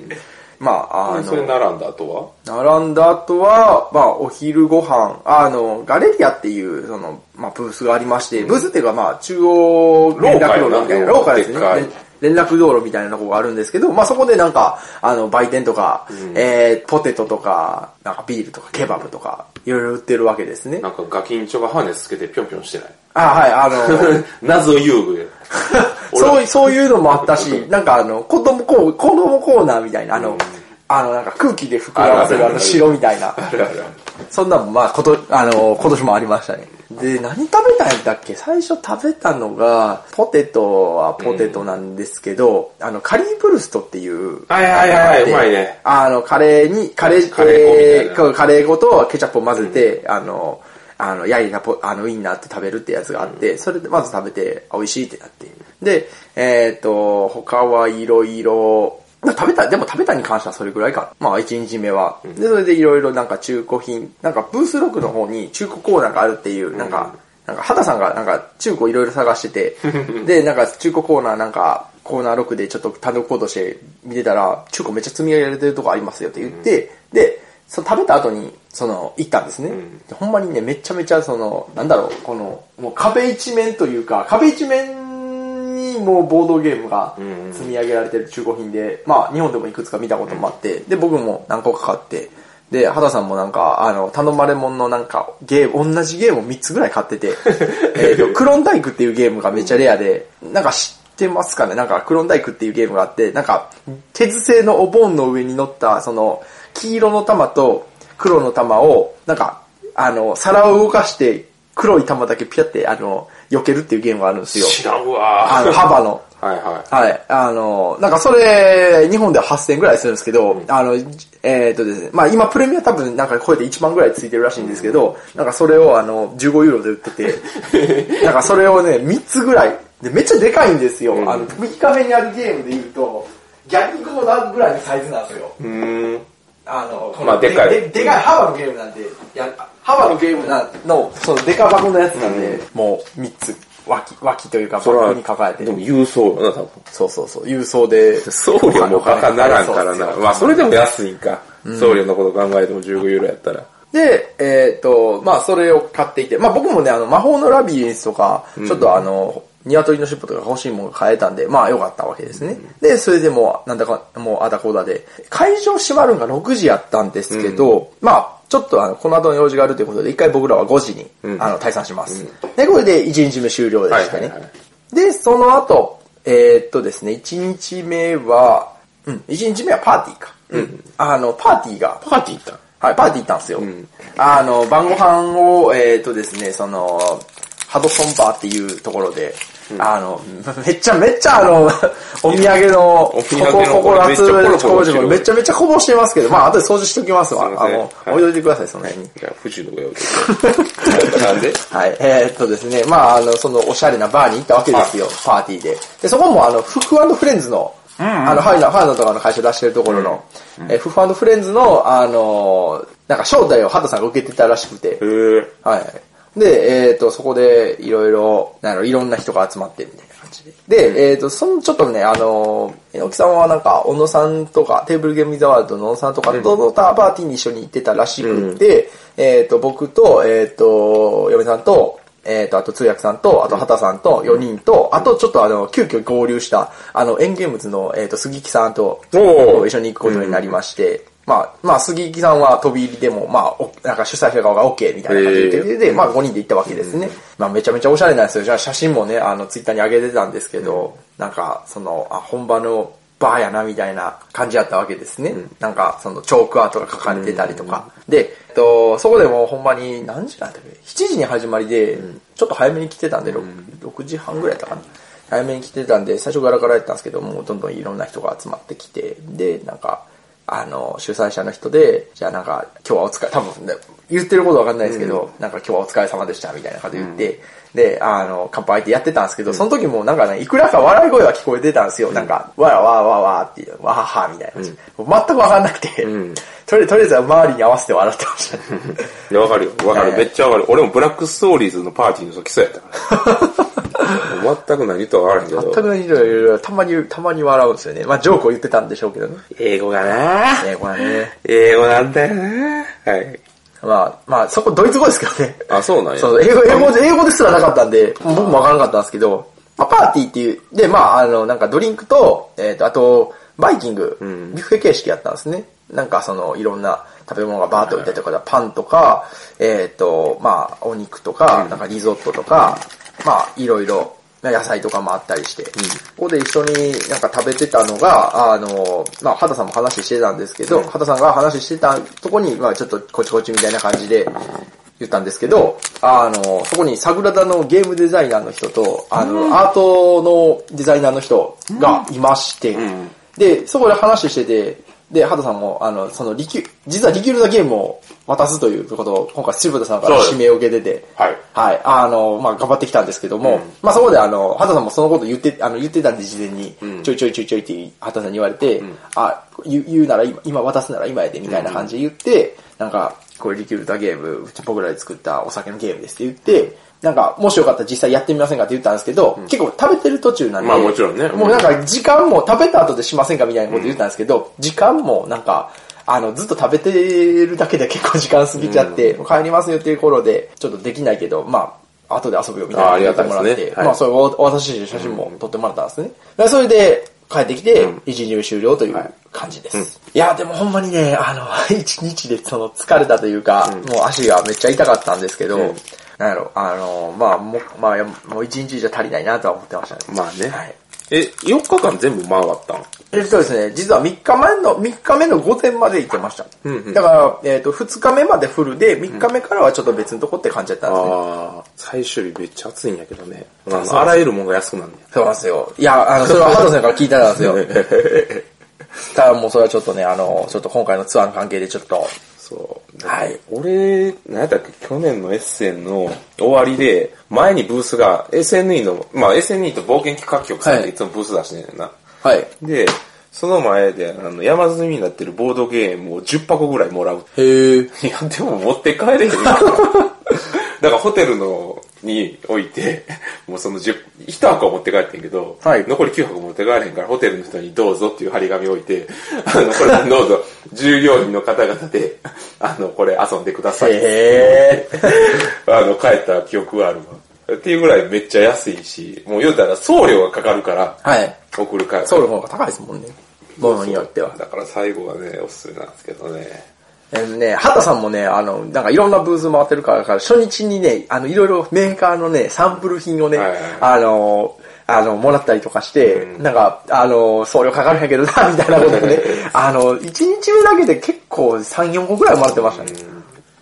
Speaker 2: まあ、あの
Speaker 1: そ、れ並んだ後は
Speaker 2: 並んだ後は、まあ、お昼ご飯、あの、ガレリアっていう、その、まあ、ブースがありまして、ブースっていうか、まあ、中央連絡道路みたいな、
Speaker 1: 廊下
Speaker 2: 廊下
Speaker 1: やな
Speaker 2: です
Speaker 1: でっ
Speaker 2: ね。
Speaker 1: かい
Speaker 2: 連連絡道路みたいなとこがあるんですけど、まあ、そこでなんか、あの、売店とか、えー、ポテトとか、なんかビールとか、ケバブとか、いろいろ売ってるわけですね
Speaker 1: な。んかガキンチョがハーネスつけてぴょんぴょんしてない。
Speaker 2: あ、はい、あ
Speaker 1: [laughs]
Speaker 2: の、
Speaker 1: 謎遊具や。俺
Speaker 2: そう、そういうのもあ
Speaker 1: [laughs]
Speaker 2: ったし、なんかあの、子供コー、子供コーナーみたいな、あの、あの、なんか空気で膨らませ
Speaker 1: あるあ
Speaker 2: る
Speaker 1: るあ
Speaker 2: あ
Speaker 1: る
Speaker 2: の、城みたいな。
Speaker 1: あるあるある。
Speaker 2: そんなんもまあ、こと、あの、今年もありましたね。で、何食べたんやったっけ最初食べたのが、ポテトはポテトなんですけど、あの、カリーブルストっていう。
Speaker 1: はいはいはい
Speaker 2: あの
Speaker 1: うまいね
Speaker 2: あの、カレーに、カレー、
Speaker 1: カレー粉みたいな
Speaker 2: カレー粉カレー粉とケチャップを混ぜて、あの、あの、焼いたポ、あの、ウインナーと食べるってやつがあって、それでまず食べて、あ美味しいってなって。で、えっ、と、他はいろいろ、食べた、でも食べたに関してはそれぐらいかな。まあ、1日目は。で、それでいろいろなんか中古品、なんかブース6の方に中古コーナーがあるっていう、なんか、なんか、畑さんがなんか中古いろいろ探してて、で、なんか中古コーナーなんか、コーナー6でちょっと単独行動して見てたら、中古めっちゃ積み上げられてるとこありますよって言って、で、その食べた後に、その、行ったんですね。でほんまにね、めちゃめちゃその、なんだろう、この、もう壁一面というか、壁一面にもうボードゲームが積み上げられてる中古品で、まあ日本でもいくつか見たこともあって、で、僕も何個か買って、で、畑さんもなんか、あの、頼まれもんのなんか、ゲーム、同じゲームを3つぐらい買っ
Speaker 1: [laughs]
Speaker 2: てて、えっと、クロンダイクっていうゲームがめっちゃレアで、なんか知ってますかねなんか、クロンダイクっていうゲームがあって、なんか、鉄製のお盆の上に乗った、その、黄色の玉と黒の玉を、なんか、あの、皿を動かして、黒い玉だけピャって、あの、避けるっていうゲームがあるんですよ。
Speaker 1: 知らんわ
Speaker 2: あの、幅の。
Speaker 1: はいは
Speaker 2: はい。あの、なんかそれ、日本では8000円ぐらいするんですけど、あの、えーっとですね、まあ今プレミア多分なんか超えて1万ぐらいついてるらしいんですけど、なんかそれをあの、15ユーロで売って
Speaker 1: [laughs]
Speaker 2: て、なんかそれをね、3つぐらい、でめっちゃでかいんですよ。あの、右壁にあるゲームで言うと、ギャリーコーナーぐらいのサイズなんですよ。
Speaker 1: い。うーん。
Speaker 2: あの、この
Speaker 1: まあでかい
Speaker 2: ででかい幅のゲームなんで、や幅のゲームなの、そのデカ箱のやつなんで、もう3つ、脇、脇というか、バッグに抱えて
Speaker 1: で。も郵送よな、多分。
Speaker 2: そうそうそう、郵送で。
Speaker 1: 送料もバカならんから
Speaker 2: そうで
Speaker 1: な。
Speaker 2: すよ
Speaker 1: まあ、それでも安いんか。送料のこと考えても15ユーロやったら。
Speaker 2: で、えっ、と、まあ、それを買っていて、まあ、僕もね、あの、魔法のラビリンスとか、ちょっとあの、鶏の尻尾とか欲しいものが買えたんで、まあ、良かったわけですね。で、それでもう、なんだか、もう、あだこだで、会場閉まるのが6時やったんですけど、まあ、ちょっとあの、この後の用事があるということで、一回僕らは5時に、あの、退散します。で、これで1日目終了でしたね。
Speaker 1: はいはいはい
Speaker 2: で、その後、えーっとですね、1日目は、うん、1日目はパーティーか。うん。あの、パーティーが、
Speaker 1: パーティー行った
Speaker 2: はい、パーティー行ったんですよ。
Speaker 1: ん
Speaker 2: あの、晩ご飯を、えっ、とですね、その、ハドソンバーっていうところで、あの、めっちゃめっちゃあの、 [laughs] お土産の、
Speaker 1: お
Speaker 2: こ
Speaker 1: 土産の
Speaker 2: こ、ここ夏、
Speaker 1: これめっちゃこぼれてる
Speaker 2: めっちゃめちゃこぼしてますけど、まあ後で掃除しときますわ
Speaker 1: すい。ま
Speaker 2: あ
Speaker 1: せん
Speaker 2: の、
Speaker 1: はい
Speaker 2: 置いといてください、その辺に。
Speaker 1: じゃあ、富士の上を置いてなんで
Speaker 2: はい、えーっとですね、まああの、そのおしゃれなバーに行ったわけですよ、パーティーで。で、そこもあの、フフフレンズの、あの、ハイナ、ファイナとかの会社出してるところの、えーフフフレンズの、あの、なんか招待をハトさんが受けてたらしくて、
Speaker 1: へえ。
Speaker 2: はい。で、えっ、と、そこで、いろいろ、なんやろいろんな人が集まって、みたいな感じで。で、えっ、と、その、ちょっとね、あの、猪木さんはなんか、小野さんとか、テーブルゲームイザワールドの小野さんとかと、ドターパーティーに一緒に行ってたらしくて、えっ、と、僕と、えっ、と、嫁さんと、えっ、と、あと通訳さんと、あと畑さんと4人と、あとちょっとあの、急遽合流した、あの、園芸物の、えっ、と、杉木さんと、
Speaker 1: おー
Speaker 2: 一緒に行くことになりまして、まあ、まあ、杉木さんは飛び入りでも、まあ、おなんか主催者側が OK みたいな感じで言ってて、で、まあ5人で行ったわけですね。まあめちゃめちゃおしゃれなんですよ。じゃあ写真もね、あの、ツイッターに上げてたんですけど、なんか、その、あ、本場のバーやなみたいな感じだったわけですね。なんか、その、チョークアートが書かれてたりとか。で、えっと、そこでもうほんまに何時なんだっけ ?7 時に始まりで、ちょっと早めに来てたんで、6, 6時半ぐらいだったかな。早めに来てたんで、最初ガラガラやったんですけど、もうどんどんいろんな人が集まってきて、で、なんか、あの、主催者の人で、じゃあなんか、今日はお疲れ、多分、ね、言ってることわかんないですけど、なんか今日はお疲れ様でした、みたいなこと言って、で、あの、乾杯ってやってたんですけど、その時もなんかね、いくらか笑い声が聞こえてたんですよ。なんか、わらわーわーわーっていう、わははーみたいな感じ。もう全くわかんなくて、とりあえずとりあえずは周りに合わせて笑ってました、
Speaker 1: いやわかるよ。わかる。
Speaker 2: ね
Speaker 1: めっちゃわかる。俺もブラックストーリーズのパーティーの時そうやった [laughs] から。もう全く何言ったかわからへんけ
Speaker 2: 全
Speaker 1: ど。
Speaker 2: くいろいろ、たまに、たまに笑うんですよね。まあ、ジョークを言ってたんでしょうけどね。
Speaker 1: 英語がな
Speaker 2: ね、これはね。
Speaker 1: 英語なんだよなはい。
Speaker 2: まあ、まあ、そこドイツ語ですけどね。
Speaker 1: あ、そうなんや。
Speaker 2: そう、英語、英語で、英語ですらなかったんで、僕もわからなかったんですけど、まあ、パーティーっていう、で、まあ、あの、なんかドリンクと、えっ、と、あと、バイキング、ビュッフェ形式やったんですね。なんかその、いろんな食べ物がバーっと置いてあったりとか、パンとか、えっ、と、まあ、お肉とか、なんかリゾットとか、まあ、いろいろ、野菜とかもあったりして、ここで一緒になんか食べてたのが、あの、まあ、畑さんも話してたんですけど、畑さんが話してたとこに、まあ、ちょっとこちこちみたいな感じで言ったんですけど、あの、そこに桜田のゲームデザイナーの人と、あの、アートのデザイナーの人がいまして、
Speaker 1: ん
Speaker 2: で、そこで話してて、で、畑さんも、あの、その、リキュ、実はリキュールザゲームを渡すということを、今回、柴田さんから指名を受けてて、
Speaker 1: はい
Speaker 2: はい。あの、まあ、頑張ってきたんですけども、まあ、そこで、あの、畑さんもそのこと言って、あの、言ってたんで、事前に、ちょいちょいちょいちょいって、畑さんに言われて、あ、言う言うなら今、今渡すなら今やで、みたいな感じで言って、なんか、これリキュールダゲーム、うち僕らで作ったお酒のゲームですって言って、なんか、もしよかったら実際やってみませんかって言ったんですけど、結構食べてる途中なんで、
Speaker 1: まあもちろんね
Speaker 2: もうなんか、時間も食べた後でしませんかみたいなこと言ったんですけど、時間もなんか、あの、ずっと食べてるだけで結構時間過ぎちゃって、もう帰りますよっていう頃で、ちょっとできないけど、まあ、後で遊ぶよみたいな
Speaker 1: あありがたいですね
Speaker 2: 言ってもらって
Speaker 1: はい
Speaker 2: まあ、それをおお渡ししてる写真も撮ってもらったんですね。でそれで、帰ってきて、一日終了という感じです。い、や、でもほんまにね、あの、 [laughs] 一日でその疲れたというか、もう足がめっちゃ痛かったんですけど、なんやろ、あの、まあ、もう、まあ、もう一日じゃ足りないなとは思ってましたね。
Speaker 1: まあね
Speaker 2: はい。
Speaker 1: え、4日間全部回ったん
Speaker 2: えっとですね、実は3日前の、3日目の午前まで行ってました。
Speaker 1: んうん
Speaker 2: だから、えっ、と、2日目までフルで、3日目からはちょっと別のとこって感じだったんですね。
Speaker 1: ああ、最終日めっちゃ暑いんやけどね。あのあらゆるもんが安くなるんね
Speaker 2: そうなんですよ。いや、あの、それはハトさんから聞いたんですよ。
Speaker 1: [laughs]
Speaker 2: ただもうそれはちょっとね、あの、ちょっと今回のツアーの関係でちょっと、
Speaker 1: そう。
Speaker 2: はい。
Speaker 1: 俺、何やったっけ、去年のエッセンの終わりで、前にブースが SNE の、まあ SNE と冒険企画局さん
Speaker 2: は
Speaker 1: で
Speaker 2: い
Speaker 1: いつもブース出してんねんな。
Speaker 2: はい。
Speaker 1: で、その前で、あの、山積みになってるボードゲームを10箱ぐらいもらう。
Speaker 2: へえ。
Speaker 1: いや、でも持って帰れへんよ。だからホテルの、に置いて、もうその10、1箱は持って帰ってんけど、
Speaker 2: はい
Speaker 1: 残り9箱持って帰れへんから、ホテルの人にどうぞっていう張り紙置いて、あの、これどうぞ、従業員の方々で、あの、これ遊んでください。
Speaker 2: へえ。
Speaker 1: あの、帰った記憶があるわ。っていうぐらいめっちゃ安いし、もう言うたら送料がかかるから、
Speaker 2: はい。
Speaker 1: 送るから。
Speaker 2: ソウルの方が高いですもんね。ものによっては。
Speaker 1: だから最後はね、おすすめなんですけどね。
Speaker 2: えーね、ハタさんもね、あの、なんかいろんなブース回ってるから、から初日にね、あの、いろいろメーカーのね、サンプル品をね、
Speaker 1: はいはいはい
Speaker 2: あの、あの、もらったりとかして、なんか、あの、送料かかるんやけどな、みたいなこと [laughs] で、ね、あの、1日目だけで結構3、4個ぐらいもらってましたね。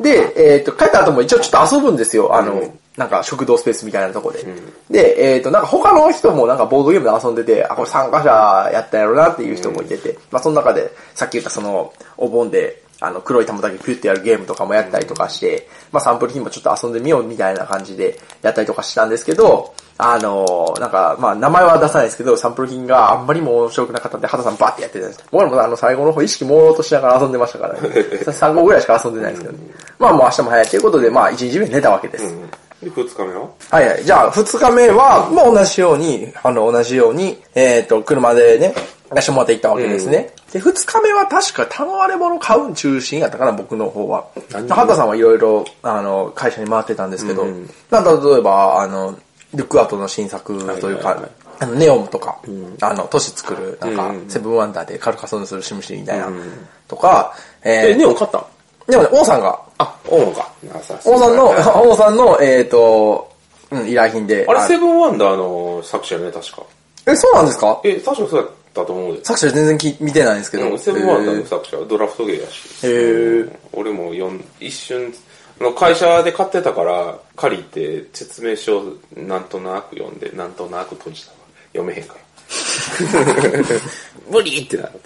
Speaker 2: で、えっ、と、帰った後も一応ちょっと遊ぶんですよ。あの、なんか食堂スペースみたいなとこで。で、えっ、と、なんか他の人もなんかボードゲームで遊んでて、あ、これ参加者やったやろなっていう人もいてて、まあその中で、さっき言ったその、お盆で、あの、黒い玉だけピュッてやるゲームとかもやったりとかして、まあサンプル品もちょっと遊んでみようみたいな感じでやったりとかしたんですけど、あの、なんか、まあ名前は出さないですけど、サンプル品があんまりも面白くなかったんで、畑さんバーってやってたんです。僕らもあの最後の方意識朦朧としながら遊んでましたからね。3号ぐらいしか遊んでないですけどね。まあもう明日も早いということで、まあ1日目寝たわけです。
Speaker 1: で、二日目は
Speaker 2: はいはい。じゃあ、二日目は、まあ同じように、あの、同じように、えっ、と、車でね、出してもらって行ったわけですね。で、二日目は確か頼まれ物買うん中心やったかな、僕の方は。中田さんはいろいろ、あの、会社に回ってたんですけど、なんか例えば、あの、ルックアウトの新作という
Speaker 1: はいはいは
Speaker 2: か
Speaker 1: い、
Speaker 2: あの、ネオンとか、あの、都市作る、なんか
Speaker 1: うんう、
Speaker 2: セブンワンダーでカルカソンヌするシムシティみたいな、とか、え
Speaker 1: え、
Speaker 2: ー
Speaker 1: ネオン買ったん
Speaker 2: でもね、王さんが、
Speaker 1: あ、オンか。なさ
Speaker 2: 王さんの、
Speaker 1: [laughs] あ
Speaker 2: 王さんの、えっ、と、うん、依頼品で。
Speaker 1: れ、セブンワンダーの作者よね、確か。
Speaker 2: え、そうなんですか
Speaker 1: え、確かそうだったと思うで。
Speaker 2: 作者全然き見てないんですけど。
Speaker 1: うん、セブンワンダー
Speaker 2: へ
Speaker 1: の作者はドラフトゲーやし。
Speaker 2: へー
Speaker 1: 俺も読ん一瞬、あの会社で買ってたから、借りて説明書をなんとなく読んで、なんとなく閉じたわ。読めへん [laughs] から。無理ってなって。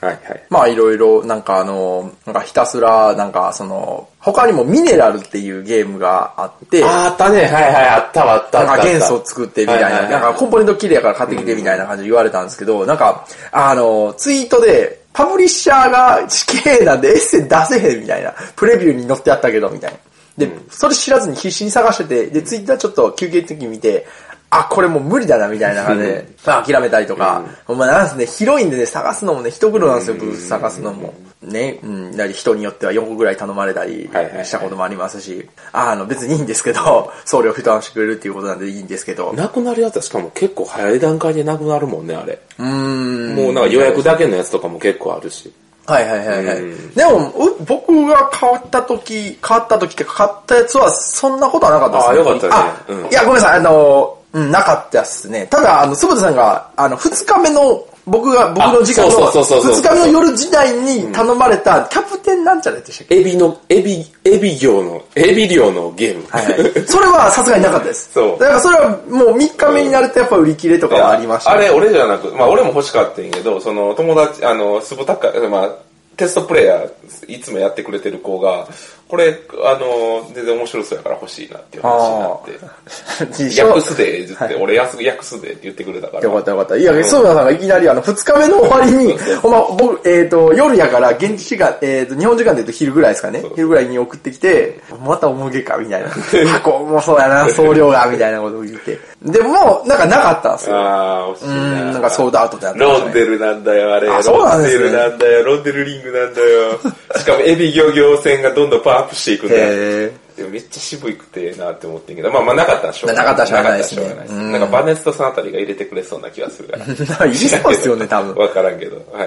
Speaker 1: はいはい。
Speaker 2: まあいろいろ、なんかあの、なんかひたすら、なんかその、他にもミネラルっていうゲームがあって、
Speaker 1: あったね。はいはい。あったわ、あった
Speaker 2: なんか元素を作ってみたい
Speaker 1: はい
Speaker 2: な、
Speaker 1: はいはい
Speaker 2: なんかコンポーネント綺麗やから買ってきてみたいな感じで言われたんですけど、なんか、あの、ツイートで、パブリッシャーが死刑なんでエッセイ出せへんみたいな、プレビューに載ってあったけどみたいな。で、それ知らずに必死に探してて、で、ツイッターちょっと休憩の時に見て、あ、これもう無理だなみたいな感じで、まあ諦めたりとか、まあなんすね、広いんでね、探すのもね、一苦労なんですよ、ブース探すのも。ね、うん、だり人によっては4個ぐらい頼まれたり
Speaker 1: はいはいはい
Speaker 2: したこともありますし、あの、別にいいんですけど、 [laughs] 送料負担してくれるっていうことなんでいいんですけど、う
Speaker 1: なくなるやつはしかも結構早い段階でなくなるもんね、あれ。
Speaker 2: ーん。
Speaker 1: もうなんか予約だけのやつとかも結構あるし。
Speaker 2: はいはいはいはい。
Speaker 1: うん
Speaker 2: でも、う僕が変わった時、変わった時ってか買ったやつはそんなことはなかったです
Speaker 1: あーよかったねうん
Speaker 2: あいや、ごめんなさい、あの、うん、なかったっすね。ただ、あの、坪田さんが、あの、二日目の、僕が、僕の時間の、
Speaker 1: あそうそうそうそうそう
Speaker 2: 二日目の夜時代に頼まれた、キャプテンなんちゃらでしたっけ
Speaker 1: エビの、エビ、エビ業の、エビ漁のゲーム。
Speaker 2: はいはい。 [laughs] それはさすがになかったです。
Speaker 1: そう
Speaker 2: だからそれはもう3日目になるとやっぱ売り切れとかはありました
Speaker 1: あ
Speaker 2: ね、
Speaker 1: れ、俺じゃなく、まあ俺も欲しかったんやけど、その友達、あの、スボタカ、まあ、テストプレイヤー、いつもやってくれてる子が、これ、あの、全然面白そうやから欲しいなっていう話になっ
Speaker 2: [laughs] 実
Speaker 1: て、訳
Speaker 2: 証
Speaker 1: すで、って言って、俺安く訳すでって言ってくれたから。
Speaker 2: よかったよかった。いや、磯村さんがいきなりあの、二日目の終わりに、ほんま、僕、えっ、と、夜やから、現地時間、えっ、と、日本時間で言うと昼ぐらいですかね
Speaker 1: そう。
Speaker 2: 昼ぐらいに送ってきて、また重げか、み
Speaker 1: [laughs]
Speaker 2: たいな。箱もそうやな、送料が、みたいなことを言って。でも、なんかなかったんですよ。
Speaker 1: ああ、惜しいうな。
Speaker 2: ん、なんかソードアウトでやってまし
Speaker 1: ロ
Speaker 2: た
Speaker 1: ン
Speaker 2: ね
Speaker 1: デルなんだよ、あれ。
Speaker 2: あそうなんですね
Speaker 1: ロンデルなんだよ、ロンデルリングなんだよ。しかも、エビ漁業船がどんどんパワーアップしていくんだよ。
Speaker 2: へー
Speaker 1: でもめっちゃ渋いくてえなって思ってんけど、まあまあなかったらしょうがない。
Speaker 2: なかったらしょうがないですね
Speaker 1: なかったらしょうがな
Speaker 2: う
Speaker 1: い
Speaker 2: ん
Speaker 1: なんかバネストさんあたりが入れてくれそうな気がするから。
Speaker 2: [laughs] か入れそうですよね多分
Speaker 1: わからんけど。はい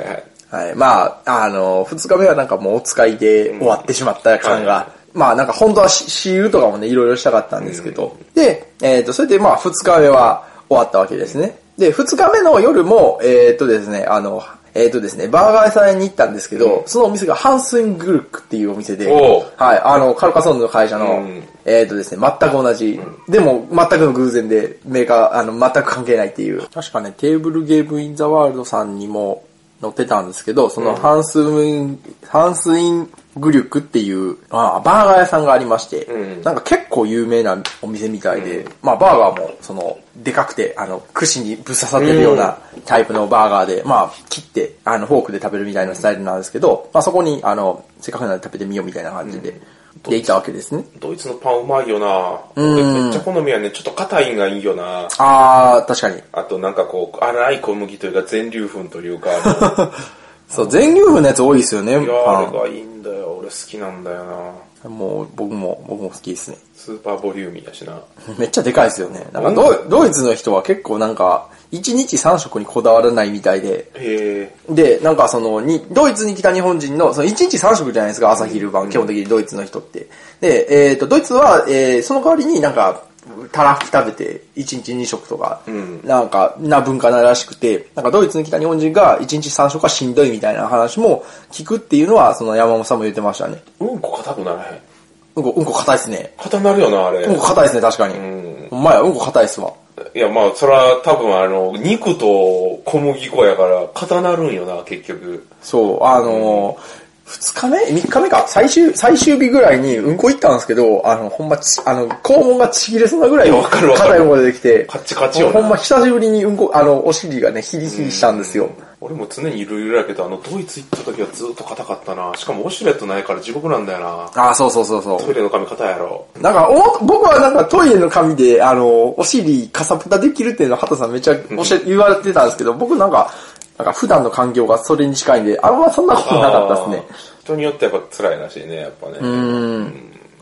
Speaker 1: はい。
Speaker 2: はい。まあ、あの、二日目はなんかもうお使いで終わってしまった感
Speaker 1: うんはい
Speaker 2: が、まあなんか本当はしシールとかもね、いろいろしたかったんですけど、で、えっ、と、それでまあ二日目は終わったわけですね。で、二日目の夜も、えっ、とですね、あの、えっ、とですね、バーガー屋さんに行ったんですけど、そのお店がハンスイングルクっていうお店で、
Speaker 1: おう
Speaker 2: はい、あの、カルカソンヌの会社の、
Speaker 1: うん
Speaker 2: えっ、とですね、全く同じ、でも全くの偶然で、メーカー、あの、全く関係ないっていう。確かね、テーブルゲームインザワールドさんにも載ってたんですけど、そのハンスイン、ハンスイングリュクっていう、あバーガー屋さんがありまして、
Speaker 1: うん
Speaker 2: なんか結構有名なお店みたいで、まあバーガーも、その、でかくて、あの、串にぶっ刺さってるようなタイプのバーガーで、まあ、切って、あの、フォークで食べるみたいなスタイルなんですけど、まあそこに、あの、せっかくなんで食べてみようみたいな感じで、で行ったわけですね。
Speaker 1: ドイツのパンうまいよな。俺めっちゃ好みやね。ちょっと硬いんがいいよな。
Speaker 2: あー、確かに。
Speaker 1: あとなんかこう、粗い小麦というか全粒粉と
Speaker 2: [laughs]
Speaker 1: いうか、あ
Speaker 2: そう、全粒粉のやつ多いですよね。
Speaker 1: のいやあ
Speaker 2: パ
Speaker 1: れがいいんだよ。俺好きなんだよな。
Speaker 2: ンもう、僕も、僕も好きですね。
Speaker 1: スーパーボリューミーだしな。
Speaker 2: めっちゃでかいですよね。なんかドイ、ドイツの人は結構なんか、1日3食にこだわらないみたいで、
Speaker 1: へえ。
Speaker 2: で、なんかその、に、ドイツに来た日本人の、その1日3食じゃないですか、朝昼晩、基本的にドイツの人って。で、えっ、と、ドイツは、えーその代わりになんか、たらふく食べて、1日2食とか、
Speaker 1: ん
Speaker 2: なんか、な文化ならしくて、なんかドイツに来た日本人が1日3食はしんどいみたいな話も聞くっていうのは、その山本さんも言ってましたね。
Speaker 1: うんこ硬くならへん。
Speaker 2: うんこ、うんこ硬いっすね。
Speaker 1: 硬なるよな、あ
Speaker 2: うん
Speaker 1: れ
Speaker 2: こ。硬いですね、確かに。
Speaker 1: ん
Speaker 2: ほんまや、うんこ硬いっすわ。
Speaker 1: いや、まあ、そら、多分あの、肉と小麦粉やから、硬なるんよな、結局。
Speaker 2: そう、あのー、2日目 ?3 日目か最終、最終日ぐらいにうんこ行ったんですけど、あの、ほんまち、あの、肛門がちぎれそうなぐらい
Speaker 1: いやわかるわかる
Speaker 2: 硬いものが出てきて、
Speaker 1: カッチカチよな
Speaker 2: ほんま久しぶりにうんこ、あの、お尻がね、ヒリヒリしたんですよ。
Speaker 1: 俺も常にいろいろやけど、あの、ドイツ行った時はずっと硬かったな。しかもウォシュレットないから地獄なんだよな。
Speaker 2: ああ、そうそうそうそ
Speaker 1: トイレの紙硬いやろ。
Speaker 2: う。なんか、お、僕はなんかトイレの紙で、あの、お尻かさぶたできるっていうのは、畑さんめっちゃおっしゃ、言われてたんですけど、僕なんか、なんか普段の環境がそれに近いんで、あんまそんなことなかったですね。
Speaker 1: あー人によってやっぱ辛いらしいね、やっぱね。うん。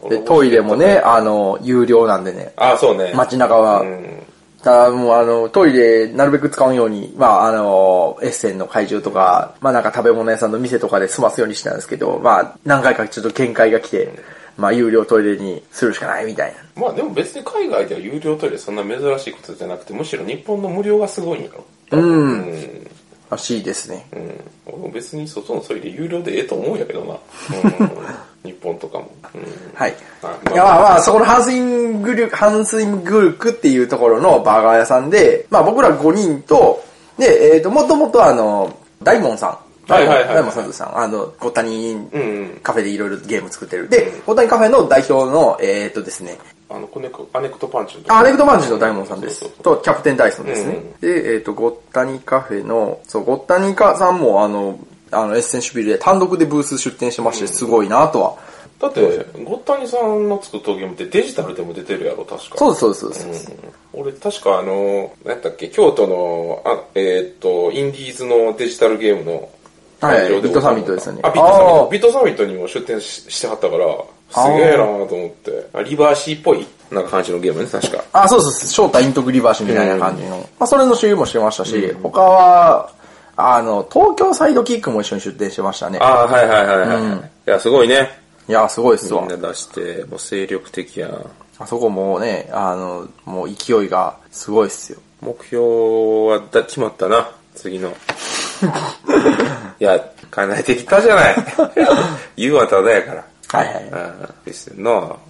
Speaker 2: で、トイレもね、あの、有料なんでね、
Speaker 1: ああ、そうね。
Speaker 2: 街中は、
Speaker 1: うん。
Speaker 2: ただもうあの、トイレなるべく使うように、まああの、エッセンの会場とか、まあなんか食べ物屋さんの店とかで済ますようにしてたんですけど、まあ何回かちょっと限界が来て、まあ有料トイレにするしかないみたいな。
Speaker 1: まあでも別に海外では有料トイレそんな珍しいことじゃなくて、むしろ日本の無料がすごいんやろ。
Speaker 2: うん。らしいですね。
Speaker 1: うん。俺も別に外のトイレ有料でええと思うんやけどな。うん、日本とかも。うん。
Speaker 2: はい。
Speaker 1: あ
Speaker 2: いやまあまあ、そこのハンスイングルク、ハンスイングルクっていうところのバーガー屋さんで、まあ僕ら5人と、で、えっ、と、もともとあの、大門さん。
Speaker 1: はいはいはい
Speaker 2: 大門さんさん、あの、ごたに
Speaker 1: うんうん。
Speaker 2: カフェでいろいろゲーム作ってる。で、大谷カフェの代表の、えー、っとですね、
Speaker 1: あの、コネク、アネクトパンチのとこ
Speaker 2: あアネクトマンジュの大門さんです。
Speaker 1: そうそう
Speaker 2: と、キャプテンダイソンですね。
Speaker 1: うん
Speaker 2: で、えー、っと、ゴッタニカフェの、そう、ゴッタニカさんも、あの、あの、エッセンシュビルで単独でブース出店してまして、すごいなとは。
Speaker 1: だって、ゴッタニさんの作ったゲームってデジタルでも出てるやろ、確か。
Speaker 2: そうです、そうです、そうです。
Speaker 1: うん俺、確かあの、何やったっけ、京都の、あえーっと、インディーズのデジタルゲームの
Speaker 2: はい
Speaker 1: 会場で
Speaker 2: ビットサミットですよね
Speaker 1: あ、ビットサミッ
Speaker 2: あ
Speaker 1: ト
Speaker 2: ー。
Speaker 1: ビットサミットにも出展ししてはったから、すげえなと思って。あリバーシーっぽい、なんか感じのゲームね、確か。
Speaker 2: あ、そうそうそう、正体イントグリバーシュみたいな感じの。まあ、それの主流もしてましたし、他は、あの、東京サイドキックも一緒に出店してましたね。
Speaker 1: ああ、はいはいはいはい。いや、すごいね。
Speaker 2: いや、すごいっすわ。
Speaker 1: みんな出して、もう精力的やん。
Speaker 2: あそこもうね、あの、もう勢いがすごいっすよ。
Speaker 1: 目標はだ決まったな、次 [laughs] の。いや、叶えてきたじゃない。言うはただやから。
Speaker 2: はいはい。
Speaker 1: うん。ですよ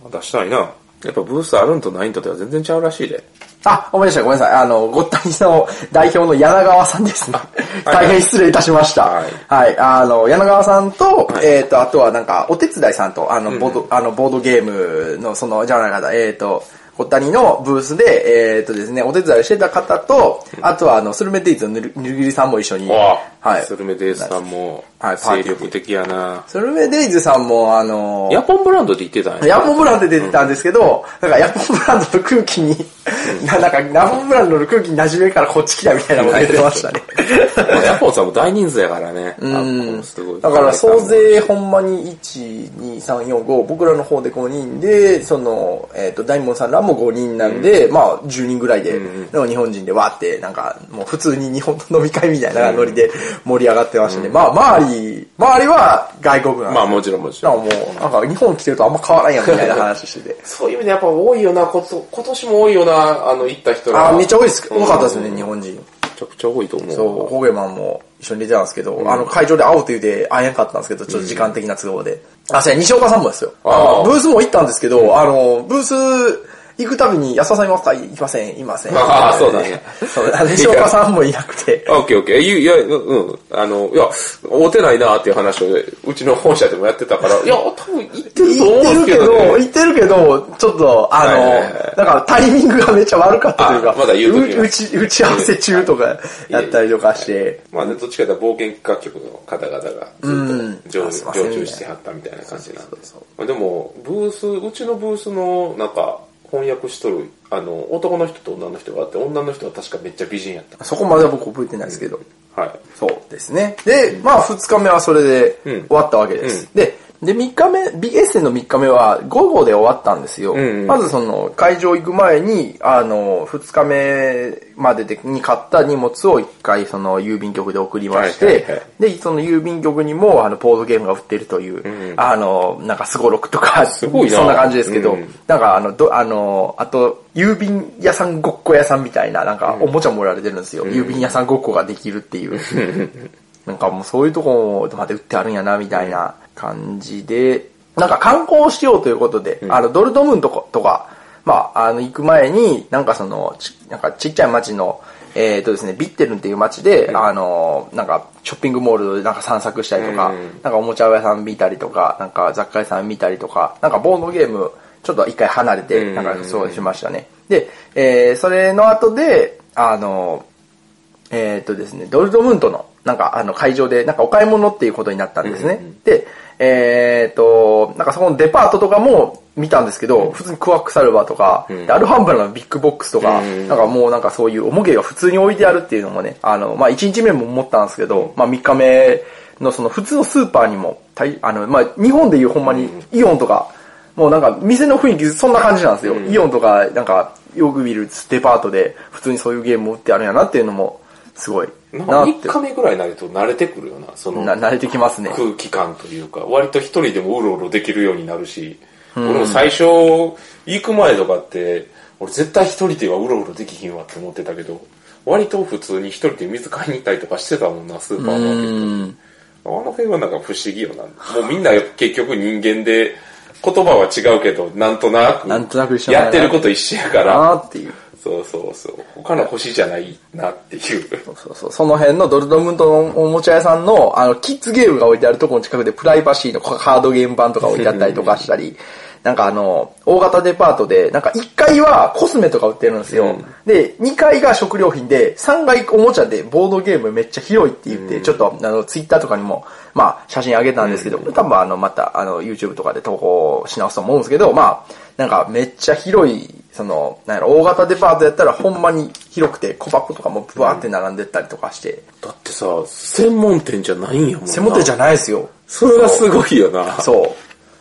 Speaker 1: な。出したいな。やっぱブースあるんとないんとでは全然ちゃうらしいで。
Speaker 2: あ、思い出した、ごめんなさい。あの、ごったにの代表の柳川さんですね。
Speaker 1: はい
Speaker 2: 大変失礼いたしました。
Speaker 1: はい
Speaker 2: はい。あの、柳川さんと、
Speaker 1: はい
Speaker 2: えっ、と、あとはなんか、お手伝いさんと、あの、ボード、あの、ボードゲームの、その、じゃない方、えっ、と、ごったにのブースで、えっ、とですね、お手伝いをしてた方と、あとは、あの、スルメデイズのぬるぬるぎりさんも一緒に、はい。
Speaker 1: スルメデースさんも、
Speaker 2: はいパー
Speaker 1: 精
Speaker 2: ティー
Speaker 1: 力的やな。
Speaker 2: スルメデイズさんも、あの、
Speaker 1: ヤポンブランドで言ってたんや。
Speaker 2: ヤンモンブランドで出てたんですけど、なんかヤンモンブランドの空気に、ななんかヤンモンブランドの空気に馴染めるからこっち来たみたいなこと言ってましたね。
Speaker 1: まあヤポンさんも大人数やからね。う
Speaker 2: [laughs] だから総勢ほんまに1、2、3、4、5、僕らの方で5人で、その、えっ、と、大門さんらも5人なんで、まあ10人ぐらいで、なんか日本人でわーって、なんかもう普通に日本の飲み会みたいなノリで盛り上がってましたね。まあ周り、周りは外国なんで
Speaker 1: まあもちろんもち
Speaker 2: だ
Speaker 1: ろ
Speaker 2: か
Speaker 1: ん。
Speaker 2: らもう、なんか日本来てるとあんま変わらんやんみたいな話して [laughs] て。
Speaker 1: そういう意味でやっぱ多いよな、こと今年も多いよな、あの、行った人ら。
Speaker 2: あーめっちゃ多いっす、多かったです
Speaker 1: う
Speaker 2: ね、
Speaker 1: ん
Speaker 2: 日本人。
Speaker 1: めちゃくちゃ多いと思う。
Speaker 2: そう、ホーゲマンも一緒に出てたんですけど、あの会場で会おうと言うて会えなかったんですけど、ちょっと時間的な都合で。あ、そうや、西岡さんもですよ。
Speaker 1: あー
Speaker 2: あのブースも行ったんですけど、あの、ブース行くたびに、安田さんいますかいません、いません。
Speaker 1: あーそうだね
Speaker 2: そうあの西岡さんもいなくて。
Speaker 1: オッケーオッケー。いや、いやうん。あの、いや、会うてないなっていう話を、うちの本社でもやってたから、いや、多分行ってると
Speaker 2: 行
Speaker 1: 思
Speaker 2: って
Speaker 1: うんです
Speaker 2: るけ
Speaker 1: けど、
Speaker 2: ど、
Speaker 1: ね。
Speaker 2: 行ってるけど、ちょっと、あ
Speaker 1: はいはいは
Speaker 2: の、だからタイミングがめっちゃ悪かったというか、
Speaker 1: あまだ言う時は
Speaker 2: うち、打ち合わせ中とかやったりとかして、
Speaker 1: まあね、どっちかというと冒険企画局の方々がずっと
Speaker 2: う
Speaker 1: 常
Speaker 2: ん
Speaker 1: 常駐してはったみたいな感じなんで
Speaker 2: そうそう。
Speaker 1: まあでも、ブース、うちのブースの、なんか、翻訳しとる、あの、男の人と女の人があって、女の人は確かめっちゃ美人やっ
Speaker 2: そこまでは僕覚えてないですけど。
Speaker 1: た。はい。
Speaker 2: そうですね。で、まあ2日目はそれで
Speaker 1: うん
Speaker 2: 終わったわけです。で、で、3日目、ビエッセンの3日目は午後で終わったんですよ。
Speaker 1: んうん
Speaker 2: まずその会場行く前に、あの、2日目まででに買った荷物を1回その郵便局で送りまして、
Speaker 1: はいはいはい
Speaker 2: で、その郵便局にもあの、ボードゲームが売ってるという、あの、なんかスゴロクとか、す
Speaker 1: ごいな
Speaker 2: そんな感じですけど、
Speaker 1: うん
Speaker 2: なんかあの、ど、あの、あと、郵便屋さんごっこ屋さんみたいな、なんかおもちゃも売られてるんですよ。郵便屋さんごっこができるっていう。なんかもうそういうとこまで売ってあるんやな、みたいな感じで、なんか観光しようということで、あの、ドルトムンとことか、まあ、あの、行く前に、なんかその、ちなんかちっちゃい町の、えっ、とですね、ビッテルンっていう町で、あの、なんか、ショッピングモールなんか散策したりとか、なんかおもちゃ屋さん見たりとか、なんか雑貨屋さん見たりとか、なんかボードゲーム、ちょっと一回離れて、なんかそうしましたね。で、えーそれの後で、あの、えーっとですね、ドルトムントの、なんか、あの、会場で、なんかお買い物っていうことになったんですね。で、えーっと、なんかそこのデパートとかも見たんですけど、普通にクワックサルバーとか、でアルハンブラのビッグボックスとか、なんかもうなんかそういうおもげが普通に置いてあるっていうのもね、あの、まあ1日目も思ったんですけど、まあ3日目のその普通のスーパーにも、たいあの、まあ日本でいうほんまにイオンとか、もうなんか店の雰囲気そんな感じなんですよ。イオンとか、なんか、よく見るデパートで、普通にそういうゲームを売ってあるんやなっていうのも、すごい
Speaker 1: なんか
Speaker 2: なっ
Speaker 1: 3
Speaker 2: て。
Speaker 1: 日目ぐらいになると慣れてくるよな、その
Speaker 2: な慣れてきますね。
Speaker 1: 空気感というか、割と一人でもうろうろできるようになるし、俺も最初、行く前とかって、俺絶対一人ではうろうろできひんわって思ってたけど、割と普通に一人で水買いに行ったりとかしてたもんな、スーパーマーケットに。あの辺はなんか不思議よな。もうみんな結局人間で、言葉は違うけど、なんとなく、
Speaker 2: なんとなく一緒な
Speaker 1: や
Speaker 2: んやな
Speaker 1: ってること一緒やから、
Speaker 2: なっていう。
Speaker 1: そうそうそう。他の星じゃないなっていう。
Speaker 2: そうそうそう。その辺のドルトムントのおもちゃ屋さんの、あの、キッズゲームが置いてあるところの近くでプライバシーのカードゲーム版とか置いてあったりとかしたり、なんかあの、大型デパートで、なんか1階はコスメとか売ってるんですよ。で、2階が食料品で、3階おもちゃでボードゲームめっちゃ広いって言って、ちょっとあの、ツイッターとかにも、まあ、写真あげたんですけど、多分あの、また、あの、YouTube とかで投稿し直すと思うんですけど、まあ、なんかめっちゃ広いその、なんやろ、大型デパートやったらほんまに広くて小箱とかもブワーって並んでったりとかして、
Speaker 1: だってさ、専門店じゃないんやもんな。
Speaker 2: 背もてじゃないですよ。
Speaker 1: それがすごいよな。
Speaker 2: そう。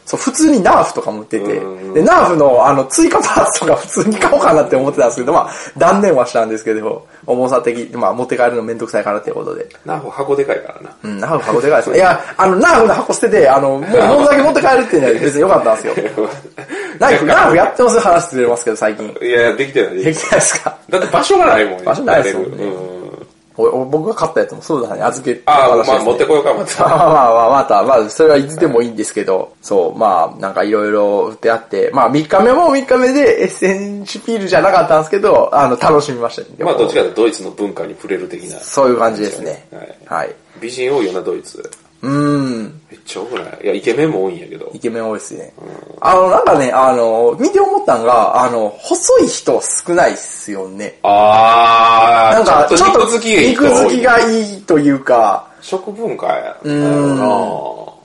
Speaker 2: そう、普通にナーフとかも売ってて
Speaker 1: う、ん
Speaker 2: で、ナーフのあの、追加パーツとか普通に買おうかなって思ってたんですけど、まあ、断念はしたんですけど、重さ的、まあ、持って帰るのめんどくさいからっていうことで。
Speaker 1: なほ箱でかいからな。
Speaker 2: うん、ナーフ箱でかいですね。いや、あの、ナーフの箱捨てて、あの、もう、物だけ持って帰るっていうのは別に良かったんですよ。
Speaker 1: [laughs]
Speaker 2: ナーフ、ナーフやってます話してますけど、最近。
Speaker 1: いやいや、できてない。
Speaker 2: できないですか
Speaker 1: だって場所がないもんね。
Speaker 2: 場所ないですもんね
Speaker 1: うん
Speaker 2: おお僕が買ったやつもそうだね、預け
Speaker 1: ああ、
Speaker 2: 私です
Speaker 1: ま
Speaker 2: ね
Speaker 1: あ持ってこようか、また。
Speaker 2: [laughs] まあまあまあ、また、まあ、それはいつでもいいんですけど、そう、まあ、なんかいろいろ売ってあって、まあ、3日目も3日目でエッセンシュピールじゃなかったんですけど、あの、楽しみましたね。
Speaker 1: まあどっちかというとドイツの文化に触れる的な。
Speaker 2: そういう感じですね。
Speaker 1: は
Speaker 2: はいい。
Speaker 1: 美人多いよな、ドイツ。
Speaker 2: うーん、
Speaker 1: めっちゃ多くないいや、イケメンも多いんやけど
Speaker 2: イ。ケメン多いですね。あの、なんかね、あの、見て思ったんが、あの、細い人少ないっすよね。
Speaker 1: ああ、
Speaker 2: なんか、
Speaker 1: ち
Speaker 2: ち
Speaker 1: ょ
Speaker 2: ょ
Speaker 1: っ
Speaker 2: っ
Speaker 1: と
Speaker 2: と
Speaker 1: 肉付きがいい人
Speaker 2: 肉
Speaker 1: 多い。
Speaker 2: 付きがいいというか、
Speaker 1: 食文化やろ
Speaker 2: ん
Speaker 1: な。あ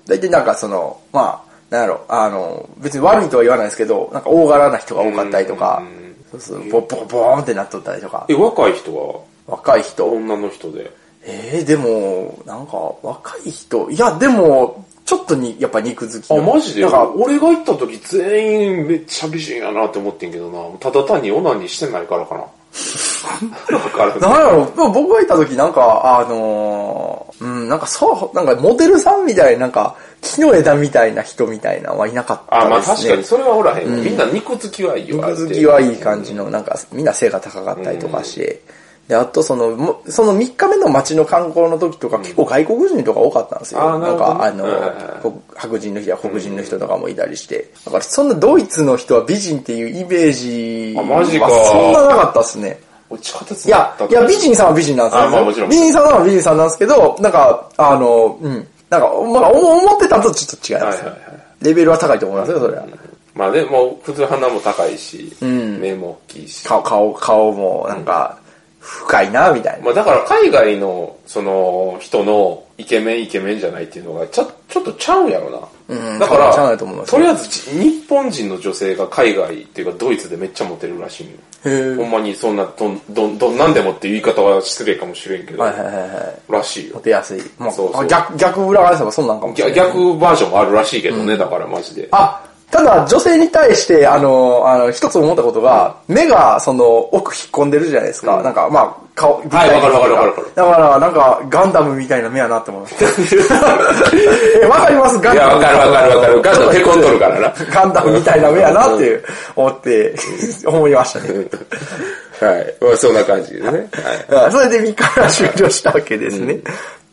Speaker 2: 大体なんかその、まあ、なんやろ、あの、別に悪いとは言わないですけど、なんか大柄な人が多かったりとか
Speaker 1: うんうん、
Speaker 2: そうそう、ボボボーンってなっとったりとか
Speaker 1: え、、若い人は
Speaker 2: 若い人、
Speaker 1: 女の人で。
Speaker 2: えー、でも、なんか若い人、いや、でも、ちょっとに、やっぱ肉好き
Speaker 1: あ、
Speaker 2: の。
Speaker 1: マジで
Speaker 2: なんか、
Speaker 1: 俺が行った時全員めっちゃ美人やなって思ってんけどな。ただ単にオナニーしてないから [laughs] かな。だから
Speaker 2: なんやろ、でも僕がいた時なんか、あのー、うん、なんかそう、なんかモデルさんみたいな、なんか、木の枝みたいな人みたいなのはいなかったで
Speaker 1: あ、
Speaker 2: すね。
Speaker 1: まあ確かにそれはおらへん。みんな肉付きはいいよ。
Speaker 2: 肉付きはいい
Speaker 1: か。
Speaker 2: 感じの、なんか、みんな背が高かったりとかして、で、あとその、もその3日目の街の観光の時とか、結構外国人とか多かったんですよ。
Speaker 1: あーな
Speaker 2: な
Speaker 1: る
Speaker 2: ん
Speaker 1: ほどね
Speaker 2: か、あの
Speaker 1: はいはいはい、
Speaker 2: 黒白人の人や黒人の人とかもいたりして、だからそんなドイツの人は美人っていうイメージ
Speaker 1: あ
Speaker 2: は、
Speaker 1: マジか
Speaker 2: そんななかったっすね。
Speaker 1: 俺地下鉄
Speaker 2: い
Speaker 1: 乗っ
Speaker 2: や
Speaker 1: た、時
Speaker 2: いや、美人さんは美人なんですよ。
Speaker 1: あまあもちろん
Speaker 2: 美人さんは美人さんなんですけど、なんか、あの、うん。なんか、まあ、思思ってたのとちょっと違いますよ
Speaker 1: はいはいは
Speaker 2: レベルは高いと思いますよ、それは。
Speaker 1: まあでも、普通鼻も高いし、目も大きいし。
Speaker 2: 顔、顔、顔も、なんか、深いな、みたいな。
Speaker 1: まあだから海外の、その、人のイケメンイケメンじゃないっていうのが、ちょ、ちょっとちゃうんやろな。
Speaker 2: うん
Speaker 1: だか
Speaker 2: 多分
Speaker 1: ら、
Speaker 2: ちゃうんやと思います
Speaker 1: とりあえずじ、日本人の女性が海外っていうかドイツでめっちゃモテるらしいんよ
Speaker 2: へえ
Speaker 1: ほんまにそんな、どん、どん、どん、なんでもっていう言い方は失礼かもしれんけど、
Speaker 2: はいはいはいはい。
Speaker 1: らしいよ
Speaker 2: モ。テやすい。まあ、
Speaker 1: そうそう
Speaker 2: あ逆、逆裏返せばそんなんかもしれない
Speaker 1: 逆逆バージョンもあるらしいけどね、だからマジで。
Speaker 2: あ、ただ女性に対して、あの、あの、一つ思ったことが、目が、その、奥引っ込んでるじゃないですか。なんか、まあ、顔、立体的
Speaker 1: わかるわかる
Speaker 2: に
Speaker 1: わかるわかる
Speaker 2: だから、なんか、ガンダムみたいな目や
Speaker 1: [laughs]
Speaker 2: なって思いました。えわかりますガン
Speaker 1: いや、
Speaker 2: ダム。
Speaker 1: わかるわかるわかる。ガンダムへこんどるからな。
Speaker 2: ガンダムみたいな目やなっていう、思って、 [laughs] 思いましたね。
Speaker 1: はい。まあそんな感じですね。はい。
Speaker 2: それで3日目は終了したわけですね。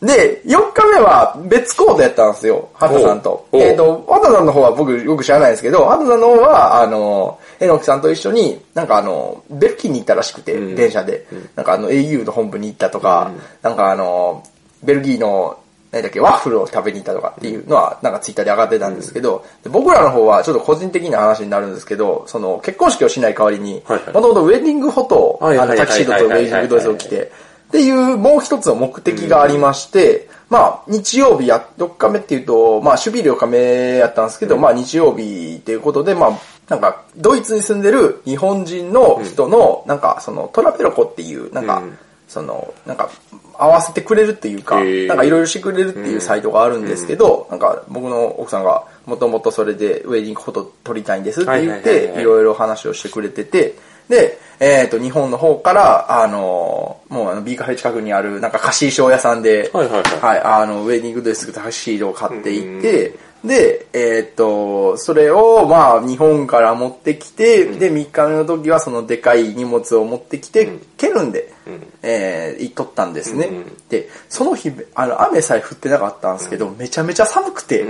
Speaker 2: で、4日目は別コートやったんですよ、ハタさんと。
Speaker 1: おうおう
Speaker 2: えっ、と、ハタさんの方は僕よく知らないですけど、ハタさんの方は、あの、えのきさんと一緒に、なんかあの、ベルギーに行ったらしくて、電車で。なんかあの、au の本部に行ったとか、なんかあの、ベルギーの、何だっけ、ワッフルを食べに行ったとかっていうのは、なんかツイッターで上がってたんですけど、で僕らの方はちょっと個人的な話になるんですけど、その、結婚式をしない代わりに、
Speaker 1: はいはい
Speaker 2: もともとウェディングフォトを、あ
Speaker 1: はいはい
Speaker 2: の
Speaker 1: はいは
Speaker 2: タ
Speaker 1: い
Speaker 2: キシードとウェディングドレスを着て、っていうもう一つの目的がありまして、まあ日曜日や、4日目っていうと、まあ守備4日目やったんですけど、まあ日曜日っていうことで、まあなんかドイツに住んでる日本人の人の、なんかそのトラペロコっていう、なんか、
Speaker 1: うん
Speaker 2: その、なんか合わせてくれるっていうか、
Speaker 1: へー
Speaker 2: なんかいろいろしてくれるっていうサイトがあるんですけど、なんか僕の奥さんがもともとそれでウェディングフォト撮りたいんですって言っ
Speaker 1: はいはいはい
Speaker 2: て
Speaker 1: は、い
Speaker 2: いろいろ話をしてくれてて、で、えっ、と、日本の方から、あのーもうあの、ビーカフェ近くにある、なんか貸し衣装屋さんで、
Speaker 1: はいはいは
Speaker 2: あの、ウェディングドレスとタキシードを買っていって、で、えっ、と、それを、まあ、日本から持ってきて、で、3日目の時は、そのでかい荷物を持ってきて、ケルンで、えー、行っとったんですね。で、その日、あの、雨さえ降ってなかったんですけど、めちゃめちゃ寒くて、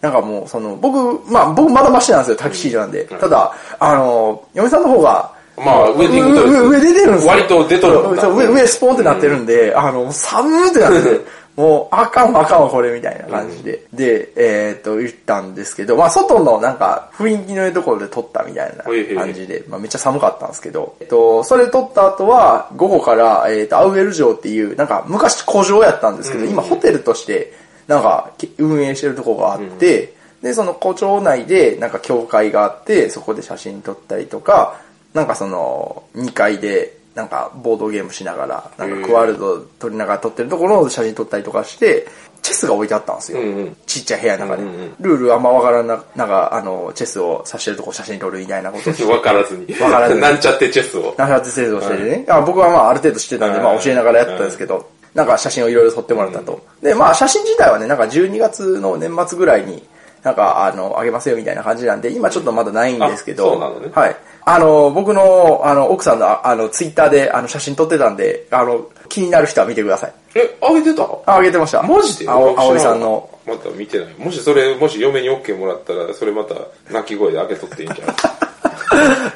Speaker 2: なんかもう、その、僕、まあ、僕まだマシなんですよ、タキシードなんで。ただ、あの、嫁さんの方が、
Speaker 1: まあウェディングドレス
Speaker 2: 上上出てるんですよ。
Speaker 1: 割と出とるもんな
Speaker 2: そう上、上スポンってなってるんで、あの、寒ーってなってて、もう、あかんわあかんわこれみたいな感じで。で、えーっと、言ったんですけど、まあ、外のなんか、雰囲気のいいところで撮ったみたいな
Speaker 1: おいおいおい
Speaker 2: 感じで、まあ、めっちゃ寒かったんですけど、えっと、それ撮った後は、午後から、えーっと、アウエル城っていう、なんか、昔古城やったんですけど、今ホテルとして、なんか、き運営してるとこがあって、で、その古城内で、なんか、教会があって、そこで写真撮ったりとか、なんかその、2階で、なんか、ボードゲームしながら、なんか、クワールド撮りながら撮ってるところの写真撮ったりとかして、チェスが置いてあったんですよ。
Speaker 1: うんうん
Speaker 2: ちっちゃい部屋の中で。ルールあんまわからな、なんか、あの、チェスを指してるとこ写真撮るみたいなことをして
Speaker 1: い。わからずに。
Speaker 2: わからずに
Speaker 1: なんちゃってチェスを。
Speaker 2: ナフラツ製造しててね、あ僕はまあある程度知ってたんで、
Speaker 1: はい
Speaker 2: まあ教えながらやってたんですけど、なんか写真をいろいろ撮ってもらったと。で、まあ写真自体はね、なんか12月の年末ぐらいに、なんかあの、あげますよみたいな感じなんで、今ちょっとまだないんですけ
Speaker 1: あ
Speaker 2: ど、
Speaker 1: そうなのね
Speaker 2: はい。あの、僕の、あの、奥さんの、あの、ツイッターで、あの、写真撮ってたんで、あの、気になる人は見てください。
Speaker 1: え、あげてた
Speaker 2: あ、あげてました。
Speaker 1: マジで
Speaker 2: あお、葵さんの。。
Speaker 1: また見てない。もしそれ、もし嫁に OK もらったら、それまた泣き声で開けとっていいんじゃ
Speaker 2: [laughs]
Speaker 1: ない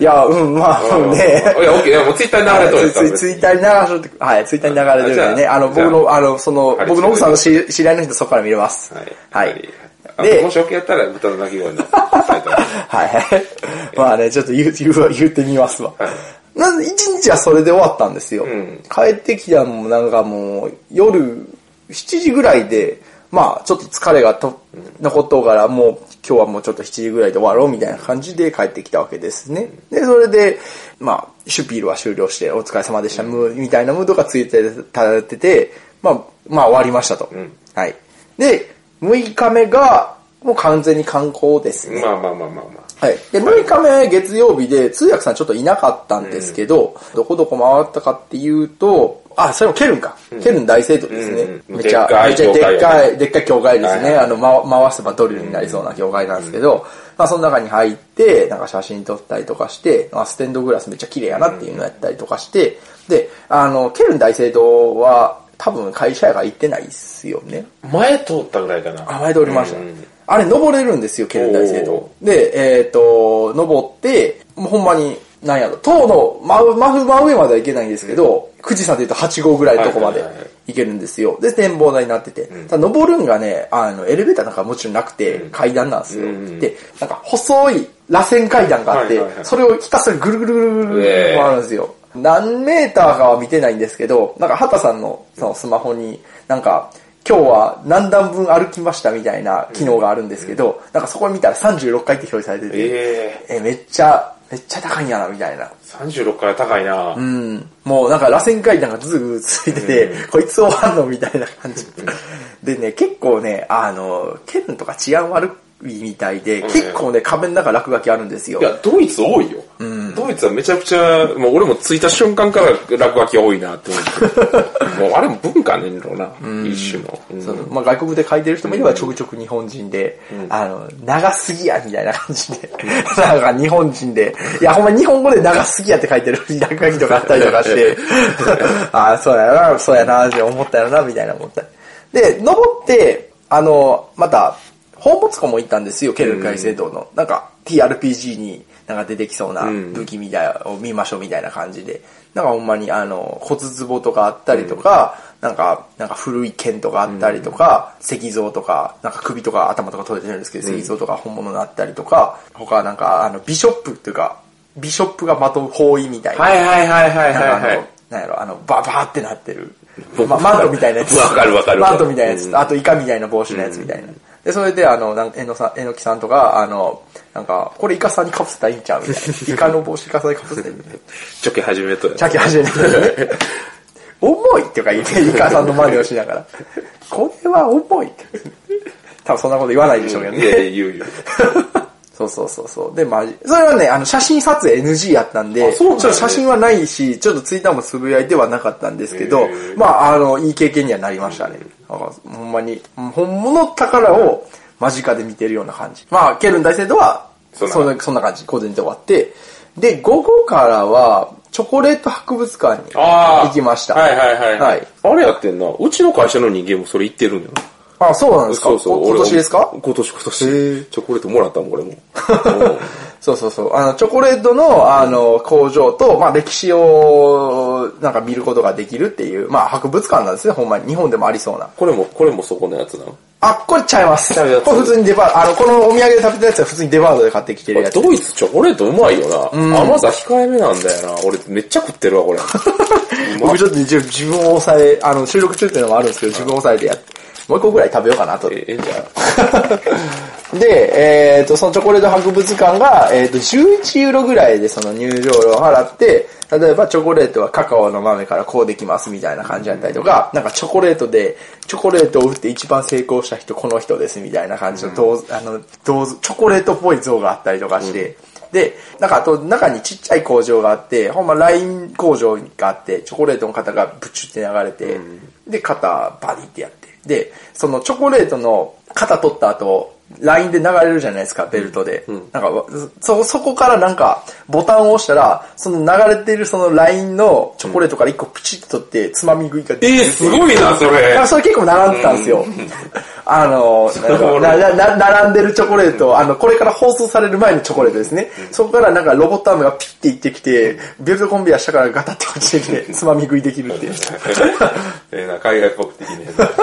Speaker 2: いや、うん、まあ、うんね。
Speaker 1: いや、OK。いや、もうツイッターに流れとる
Speaker 2: ツイツイツイッターに流れて、はい、ツイッターに流れてるんでね、
Speaker 1: あ
Speaker 2: あの、
Speaker 1: じゃあ
Speaker 2: 僕の、あの、その
Speaker 1: あ、れ
Speaker 2: 僕の奥さんの知り知り合いの人そこから見れます。は
Speaker 1: はい。
Speaker 2: い。
Speaker 1: あ
Speaker 2: で
Speaker 1: もし OK やったら、豚の鳴き声のサ
Speaker 2: [laughs]
Speaker 1: イトに。
Speaker 2: はい。まあね、ちょっと言う、言うわ、言ってみますわ。なんで、一日はそれで終わったんですよ。
Speaker 1: ん
Speaker 2: 帰ってきたのもなんかもう、夜7時ぐらいで、まあ、ちょっと疲れがと、残っとうから、もう、今日はもうちょっと7時ぐらいで終わろうみたいな感じで帰ってきたわけですね。で、それで、まあ、シュピールは終了して、お疲れ様でした、ムーみたいなムードがついてたってて、まあ、まあ終わりましたと。はい。で、6日目が、もう完全に観光ですね。
Speaker 1: まあまあまあまあま
Speaker 2: はい。で、6日目月曜日で通訳さんちょっといなかったんですけど、どこどこ回ったかっていうと、あ、それもケルンか。ケルン大聖堂ですね。
Speaker 1: うん
Speaker 2: めちゃ、
Speaker 1: でっかい
Speaker 2: めちゃで
Speaker 1: 教
Speaker 2: っ
Speaker 1: 会
Speaker 2: か
Speaker 1: や
Speaker 2: い、でっかい教会ですね。
Speaker 1: はいはい
Speaker 2: あの、ま、回せばドリルになりそうな教会なんですけど、まあその中に入って、なんか写真撮ったりとかして、まあステンドグラスめっちゃ綺麗やなっていうのやったりとかして、で、あの、ケルン大聖堂は多分会社やから行ってないっすよね。
Speaker 1: あ。前通ったぐらいかな。
Speaker 2: あ、前通りました。
Speaker 1: うん
Speaker 2: あれ、登れるんですよ、県大聖堂
Speaker 1: お。
Speaker 2: で、えっ、と、登って、もうほんまに、なんやろ、塔の真真真上までは行けないんですけど、富士山で言うと8号ぐらいのとこまで
Speaker 1: はいはいはいはい
Speaker 2: 行けるんですよ。で、展望台になってて。ただ、登るんがね、あの、エレベーターなんかもちろんなくて、階段なんですよ。で、なんか細い螺旋階段があっ
Speaker 1: は
Speaker 2: て
Speaker 1: いはいは、い
Speaker 2: それをひたすらぐるぐるぐるぐる回るんですよ。何メーターかは見てないんですけど、なんか畑さんのそのスマホに、なんか、今日は何段分歩きましたみたいな機能があるんですけど、なんかそこ見たら36回って表示されてて、
Speaker 1: ええ
Speaker 2: え、めっちゃ、めっちゃ高いんやな、みたいな。
Speaker 1: 36から高いな、
Speaker 2: うん。もうなんか螺旋階段がずぐついてて、こいつ終わんのみたいな感じ。でね、結構ね、あの、県とか治安悪いみたいで、結構ね、壁の中落書きあるんですよ
Speaker 1: い。や、ドイツ多いよ。ドイツはめちゃくちゃ、もう俺も着いた瞬間から落書きが多いなって思って。 [laughs] もうあれも文化ねんろうな、一種の。うん
Speaker 2: そのまあ、外国で書いてる人もいればちょくちょく日本人で、あの、長すぎやみたいな感じで、 [laughs] なんか日本人で、いやほんま日本語で長すぎやって書いてる落書きとかあったりとか [laughs] して、ああ、そうやな、そうやな、って思ったよな、みたいな思ったり。で、登って、あの、また、宝物庫も行ったんですよ、ケルン海聖堂の。なんか、TRPG になんか出てきそうな武器みたいなのを見ましょうみたいな感じで。なんかほんまに、あの、骨壺とかあったりとか、なんか、なんか古い剣とかあったりとか、石像とか、なんか首とか頭とか取れてるんですけど、石像とか本物があったりとか、他なんか、あの、ビショップっていうか、ビショップがまとう包囲みたいな。
Speaker 1: はいはいはいはい
Speaker 2: なんかあ
Speaker 1: は
Speaker 2: の、
Speaker 1: いはい。
Speaker 2: なんやろ、あの、ババーってなってる。まあ、マントみたいなやつ。
Speaker 1: わかるわかる
Speaker 2: マントみたいなやつ。あと、イカみたいな帽子のやつみたいな。で、それで、あの、なんえのさん、えのきさんとか、あの、なんか、これイカさんにかぶせたらいいんちゃうみたい
Speaker 1: [laughs]
Speaker 2: な。イカの帽子イカさんにかぶせたらいいみたいな。
Speaker 1: チョキ始めとや
Speaker 2: チャキ始めて。重いっていうか言って、イカさんの真似をしながら。これは重いって。多分そんなこと言わないでしょうけど
Speaker 1: い
Speaker 2: ね。
Speaker 1: やいや、言うよ。
Speaker 2: そうそうそうそう。で、まあ、それはね、あの、写真撮影 NG やったんで、
Speaker 1: そうなんや
Speaker 2: ちょっと写真はないし、ちょっとツイッターもつぶやいてはなかったんですけ
Speaker 1: へ
Speaker 2: ど、
Speaker 1: ー
Speaker 2: まあ、あの、いい経験にはなりましたね。なんかほんまに、本物の宝を間近で見てるような感じ。まあ、ケルン大聖堂は、
Speaker 1: そ
Speaker 2: そ
Speaker 1: ん
Speaker 2: ん
Speaker 1: な
Speaker 2: なそんな感じ、午前で終わって、で、午後からは、チョコレート博物館に
Speaker 1: [laughs] ああ。
Speaker 2: 行きました。
Speaker 1: はいはいはい。
Speaker 2: はい。
Speaker 1: あれやってんな。うちの会社の人間もそれ言ってるんよ。
Speaker 2: あ、そうなんですか
Speaker 1: そうそう。
Speaker 2: お今
Speaker 1: 俺
Speaker 2: 年ですか
Speaker 1: 今年今年。チ
Speaker 2: へえ
Speaker 1: ョコレートもらったもん、俺も。
Speaker 2: [laughs] そうそうそう。あの、チョコレートの、あの、工場と、まあ、歴史を、なんか見ることができるっていう、まあ、博物館なんですね、ほんまに。日本でもありそうな。
Speaker 1: これも、これもそこのやつなの。
Speaker 2: あ、これちゃいます。
Speaker 1: ちゃうやつ
Speaker 2: こ [laughs] れ普通にデパート、あの、このお土産で食べたやつは普通にデパートで買ってきてるやつ。
Speaker 1: ドイツチョコレートうまいよな。甘さ控えめなんだよな。俺めっちゃ食ってるわ、 [laughs] これ。うま
Speaker 2: 僕ちょっと一応自分を抑え、あの、収録中っていうのもあるんですけど、自分を抑えてやって、もう一個ぐらい食べようかなと。
Speaker 1: ええんじゃん。
Speaker 2: で、えっ、と、そのチョコレート博物館が、えっ、と、11ユーロぐらいでその入場料を払って、例えばチョコレートはカカオの豆からこうできますみたいな感じだったりとか、なんかチョコレートで、チョコレートを打って一番成功した人この人ですみたいな感じの銅、あの、銅像、チョコレートっぽい像があったりとかして、で、なんかあと中にちっちゃい工場があって、ほんまライン工場があって、チョコレートの型がブチュって流れて、で、型バリってやって。で、そのチョコレートの型取った後、ラインで流れるじゃないですか、ベルトで。なんか、そ、そこからなんか、ボタンを押したら、その流れてるそのラインのチョコレートから一個プチッと取って、つまみ食いができ
Speaker 1: えー、すごいな、そ
Speaker 2: だか
Speaker 1: れ
Speaker 2: ら。それ結構並んでたんですよ。あの、ななな並んでるチョコレート、あの、これから放送される前のチョコレートですね。そこからなんかロボットアームがピッて行ってきて、ベルトコンベヤー下からガタって落ちてきて、つまみ食いできるっていう。
Speaker 1: [laughs] ええな、海外国的に。 [laughs]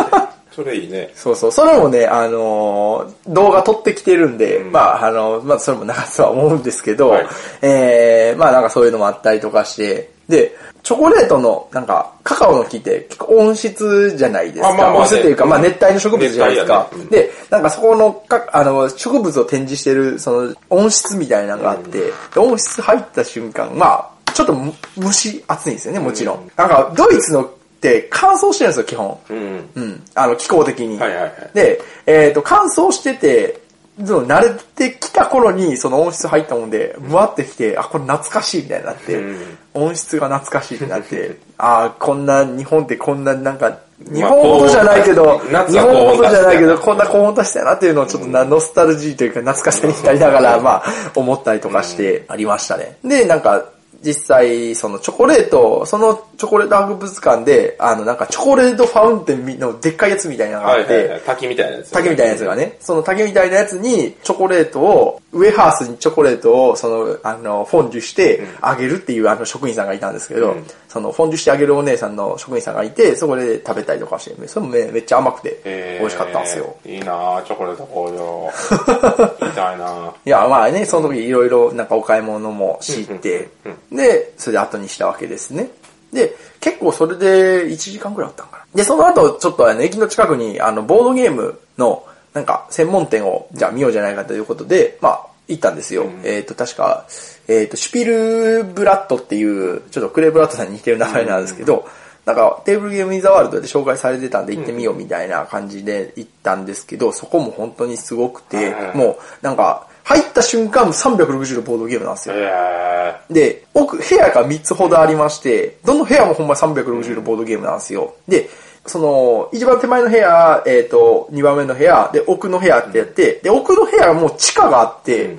Speaker 1: それいいね。
Speaker 2: そうそう、それもね、あのー動画撮ってきてるんで、まあ、あのまあ、それも流すとは思うんですけど、
Speaker 1: はい
Speaker 2: えー、まあ、なんかそういうのもあったりとかして、で、チョコレートの、なんか、カカオの木って結構温室じゃないですか。
Speaker 1: あまあまあね
Speaker 2: 温室というか、まあ、熱帯の植物じゃないですか。
Speaker 1: 熱帯やね
Speaker 2: で、なんかそこのか、あの、植物を展示してる、その、温室みたいなのがあって、で温室入った瞬間、まあ、ちょっとむ蒸し暑いんですよね、もちろん。なんか、ドイツのって乾燥してるんですよ、基本。
Speaker 1: うん。
Speaker 2: うん。あの、気候的に。
Speaker 1: はいはいはい
Speaker 2: で、えっ、と、乾燥してて、その慣れてきた頃に、その温室入ったもんで、むわってきて、あ、これ懐かしいみたいになって、
Speaker 1: うん
Speaker 2: 温室が懐かしいってなって、 [laughs] あ、こんな、日本ってこんな、なんか、日
Speaker 1: まあ
Speaker 2: 本ほどじゃないけ
Speaker 1: 高
Speaker 2: ど、
Speaker 1: 温夏
Speaker 2: 日
Speaker 1: は高温
Speaker 2: 本ほどじゃないけ
Speaker 1: だ
Speaker 2: ど、
Speaker 1: し
Speaker 2: こんな高温足したよなっていうのをちょっとな、ノスタルジーというか懐かしさに浸りながら、まあ、思ったりとかしてありましたね。で、なんか、実際、そのチョコレート、そのチョコレート博物館で、あの、なんかチョコレートファウンテンのでっかいやつみたいなのが
Speaker 1: は
Speaker 2: あ
Speaker 1: い
Speaker 2: っ
Speaker 1: はいはい。、
Speaker 2: て
Speaker 1: 滝みたいなやつ。
Speaker 2: 竹みたいなやつがね、その竹みたいなやつにチョコレートをウェハースにチョコレートを、その、あの、フォンデュして、あげるっていう、あの、職員さんがいたんですけ
Speaker 1: う
Speaker 2: ど、
Speaker 1: ん
Speaker 2: その、フォンデュしてあげるお姉さんの職員さんがいて、そこで食べたりとかして、それもめめっちゃ甘くて、美味しかったんですよ。。
Speaker 1: いいなぁ、チョコレート工場。 [laughs] みたいなぁ。
Speaker 2: いや、まあね、その時いろいろなんかお買い物も知って、で、それで後にしたわけですね。で、結構それで1時間くらいあったんかな。で、その後、ちょっとあの駅の近くに、あの、ボードゲームの、なんか、専門店を、じゃあ見ようじゃないかということで、まあ、行ったんですよ。えっ、と、確か、えっ、と、シュピルブラットっていう、ちょっとクレイブラットさんに似てる名前なんですけど、なんか、テーブルゲームインザワールドで紹介されてたんで行ってみようみたいな感じで行ったんですけど、そこも本当にすごくて、
Speaker 1: うん
Speaker 2: もう、なんか、入った瞬間360度ボードゲームなんです
Speaker 1: [laughs]
Speaker 2: よ。
Speaker 1: え
Speaker 2: で、奥、部屋が3つほどありまして、どの部屋もほんま360度ボードゲームなんですよ。で、その、一番手前の部屋、えっ、と、2番目の部屋、で、奥の部屋ってやって、で、奥の部屋はもう地下があって、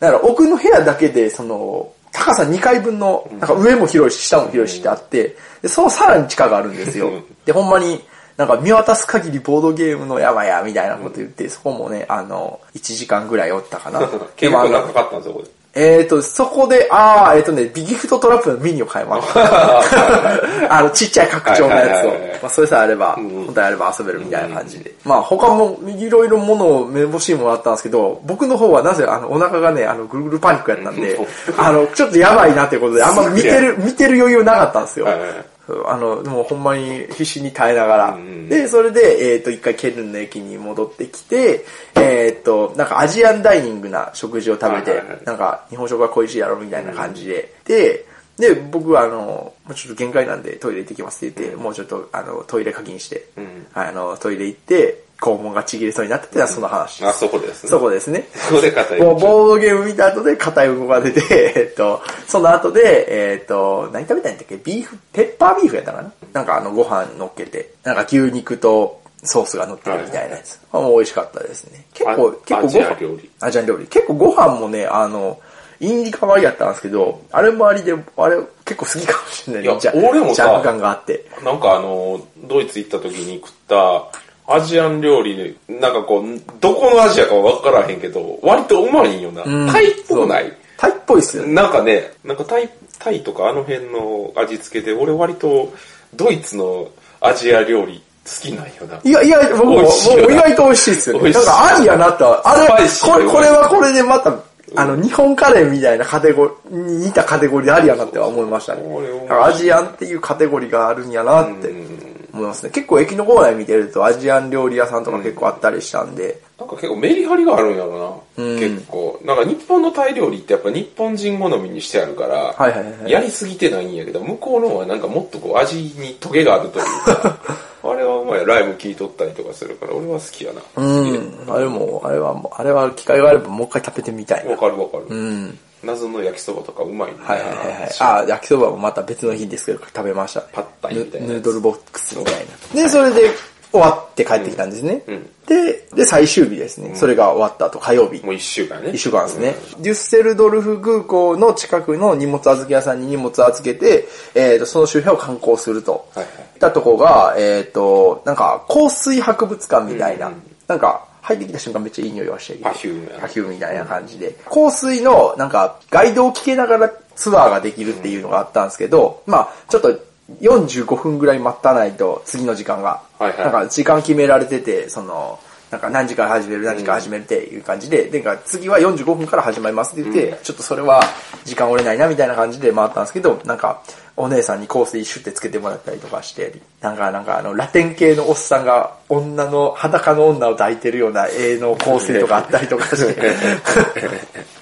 Speaker 2: だから奥の部屋だけで、その、高さ2階分の、なんか上も広いし、下も広いしってあって、で、そのさらに地下があるんですよ。で、ほんまに、なんか見渡す限りボードゲームの山や、みたいなこと言って、そこもね、あの、1時間ぐらいおったか [laughs] な。
Speaker 1: ー。結構長かったんですよ、これ。
Speaker 2: えーと、そこで、あー、えーとね、ビギフトトラップのミニを買いま
Speaker 1: [laughs]
Speaker 2: した。あの、ちっちゃい拡張のやつ
Speaker 1: はいはいはいは
Speaker 2: を
Speaker 1: い。
Speaker 2: まあ、それさえあれば、
Speaker 1: ん
Speaker 2: 本当にあれば遊べるみたいな感じで。まあ、他もいろいろものをめぼしいものあったんですけど、僕の方はなぜ、あの、お腹がね、あの、ぐるぐるパニックやったんで
Speaker 1: [laughs] うん、
Speaker 2: あの、ちょっとやばいなってことで、あんま見てる、見てる余裕なかったんですよ。
Speaker 1: はいはいはい
Speaker 2: あの、でもほんまに必死に耐えながら。
Speaker 1: んうん
Speaker 2: で、それで、えっ、と、一回ケルンの駅に戻ってきて、えっ、と、なんかアジアンダイニングな食事を食べて、
Speaker 1: はいはいはい
Speaker 2: なんか日本食は恋しいやろみたいな感じで。で、で、僕はあの、もうちょっと限界なんでトイレ行ってきますって言って、もうちょっとあの、トイレ課金して、
Speaker 1: ん
Speaker 2: あの、トイレ行って、肛門がちぎれそうになったっていうのはその話です。
Speaker 1: あ、そこですね。
Speaker 2: そこですね。
Speaker 1: そこで語り
Speaker 2: もうボードゲーム見た後で硬い動が出て、 [laughs] えっと、その後で、えっと、何食べたんだっけビーフ、ペッパービーフやったかななんかあのご飯乗っけて、なんか牛肉とソースが乗ってるみたいなやつ。あもう美味しかったですね。結構、結構
Speaker 1: ア
Speaker 2: ご
Speaker 1: ジ
Speaker 2: 飯
Speaker 1: ア。料理。
Speaker 2: アジアン料理。結構ご飯もね、あの、インディカ割りやったんですけど、あれもありで、あれ結構好きかもしれない
Speaker 1: いや
Speaker 2: じゃ
Speaker 1: 俺もさ
Speaker 2: ジャンク感があって。
Speaker 1: なんかあの、ドイツ行った時に食った、アジアン料理で、なんかこう、どこのアジアかわからへんけど、割とうまいんよな。タイっぽくない
Speaker 2: タイっぽいっすよね。
Speaker 1: なんかね、なんかタイ、タイとかあの辺の味付けで、俺割とドイツのアジア料理好きなんよな。
Speaker 2: いや、いや、
Speaker 1: 美
Speaker 2: 僕も、もう
Speaker 1: 味しいよな
Speaker 2: 意外と美味しいですよ
Speaker 1: 美
Speaker 2: ね。
Speaker 1: 味
Speaker 2: な
Speaker 1: し
Speaker 2: ん
Speaker 1: い
Speaker 2: かありやなとは、あれ
Speaker 1: スパイ、シー
Speaker 2: これ、これはこれでまた、あの、日本カレーみたいなカテゴリー、に似たカテゴリーでありやなっては思いましたね
Speaker 1: そうそう。
Speaker 2: だからアジアンっていうカテゴリーがあるんやなって思いますね。結構駅の構内見てるとアジアン料理屋さんとか結構あったりしたんで、
Speaker 1: なんか結構メリハリがあるんやろな。
Speaker 2: うん
Speaker 1: 結構。なんか日本のタイ料理ってやっぱ日本人好みにしてあるから、
Speaker 2: はいはいはいはい
Speaker 1: やりすぎてないんやけど、向こうの方はなんかもっとこう味にトゲがあるという
Speaker 2: [laughs]
Speaker 1: か、あれはうまい。ライム効いとったりとかするから、俺は好きやな。
Speaker 2: う
Speaker 1: 好きで
Speaker 2: ん、あれも、あれはもう、あれは機会があればもう一回食べてみたいな
Speaker 1: わ。かるわかる、
Speaker 2: うん。
Speaker 1: 謎の焼きそばとかうまいんだな
Speaker 2: はいはいはいはい。あ、焼きそばもまた別の日ですけど、食べましたね。
Speaker 1: パッタイみたいなやつ
Speaker 2: ヌヌードルボックスみたいな。で、それで終わって帰ってきたんですね。
Speaker 1: ん
Speaker 2: で、で、最終日ですね。それが終わった後、火曜日。
Speaker 1: もう一週間ね。
Speaker 2: 一週間ですね。デュッセルドルフ空港の近くの荷物預け屋さんに荷物預けて、えーと、その周辺を観光すると。
Speaker 1: はいはい
Speaker 2: ったとこが、えーと、なんか、香水博物館みたいな。なんか、入ってきた瞬間めっちゃいい匂いがしてきて。
Speaker 1: パフュームやな
Speaker 2: パフュームみたいな感じで。香水の、なんか、ガイドを聞けながらツアーができるっていうのがあったんですけど、まあちょっと、45分ぐらい待たないと、次の時間が。
Speaker 1: はいはい
Speaker 2: なんか時間決められてて、その、なんか何時から始める、何時から始めるっていう感じで、で、なんか次は45分から始まりますって言って、ちょっとそれは時間折れないなみたいな感じで回ったんですけど、なんか、お姉さんに香水シュってつけてもらったりとかして、なんか、なんかあの、ラテン系のおっさんが女の、裸の女を抱いてるような絵の香水とかあったりとかして、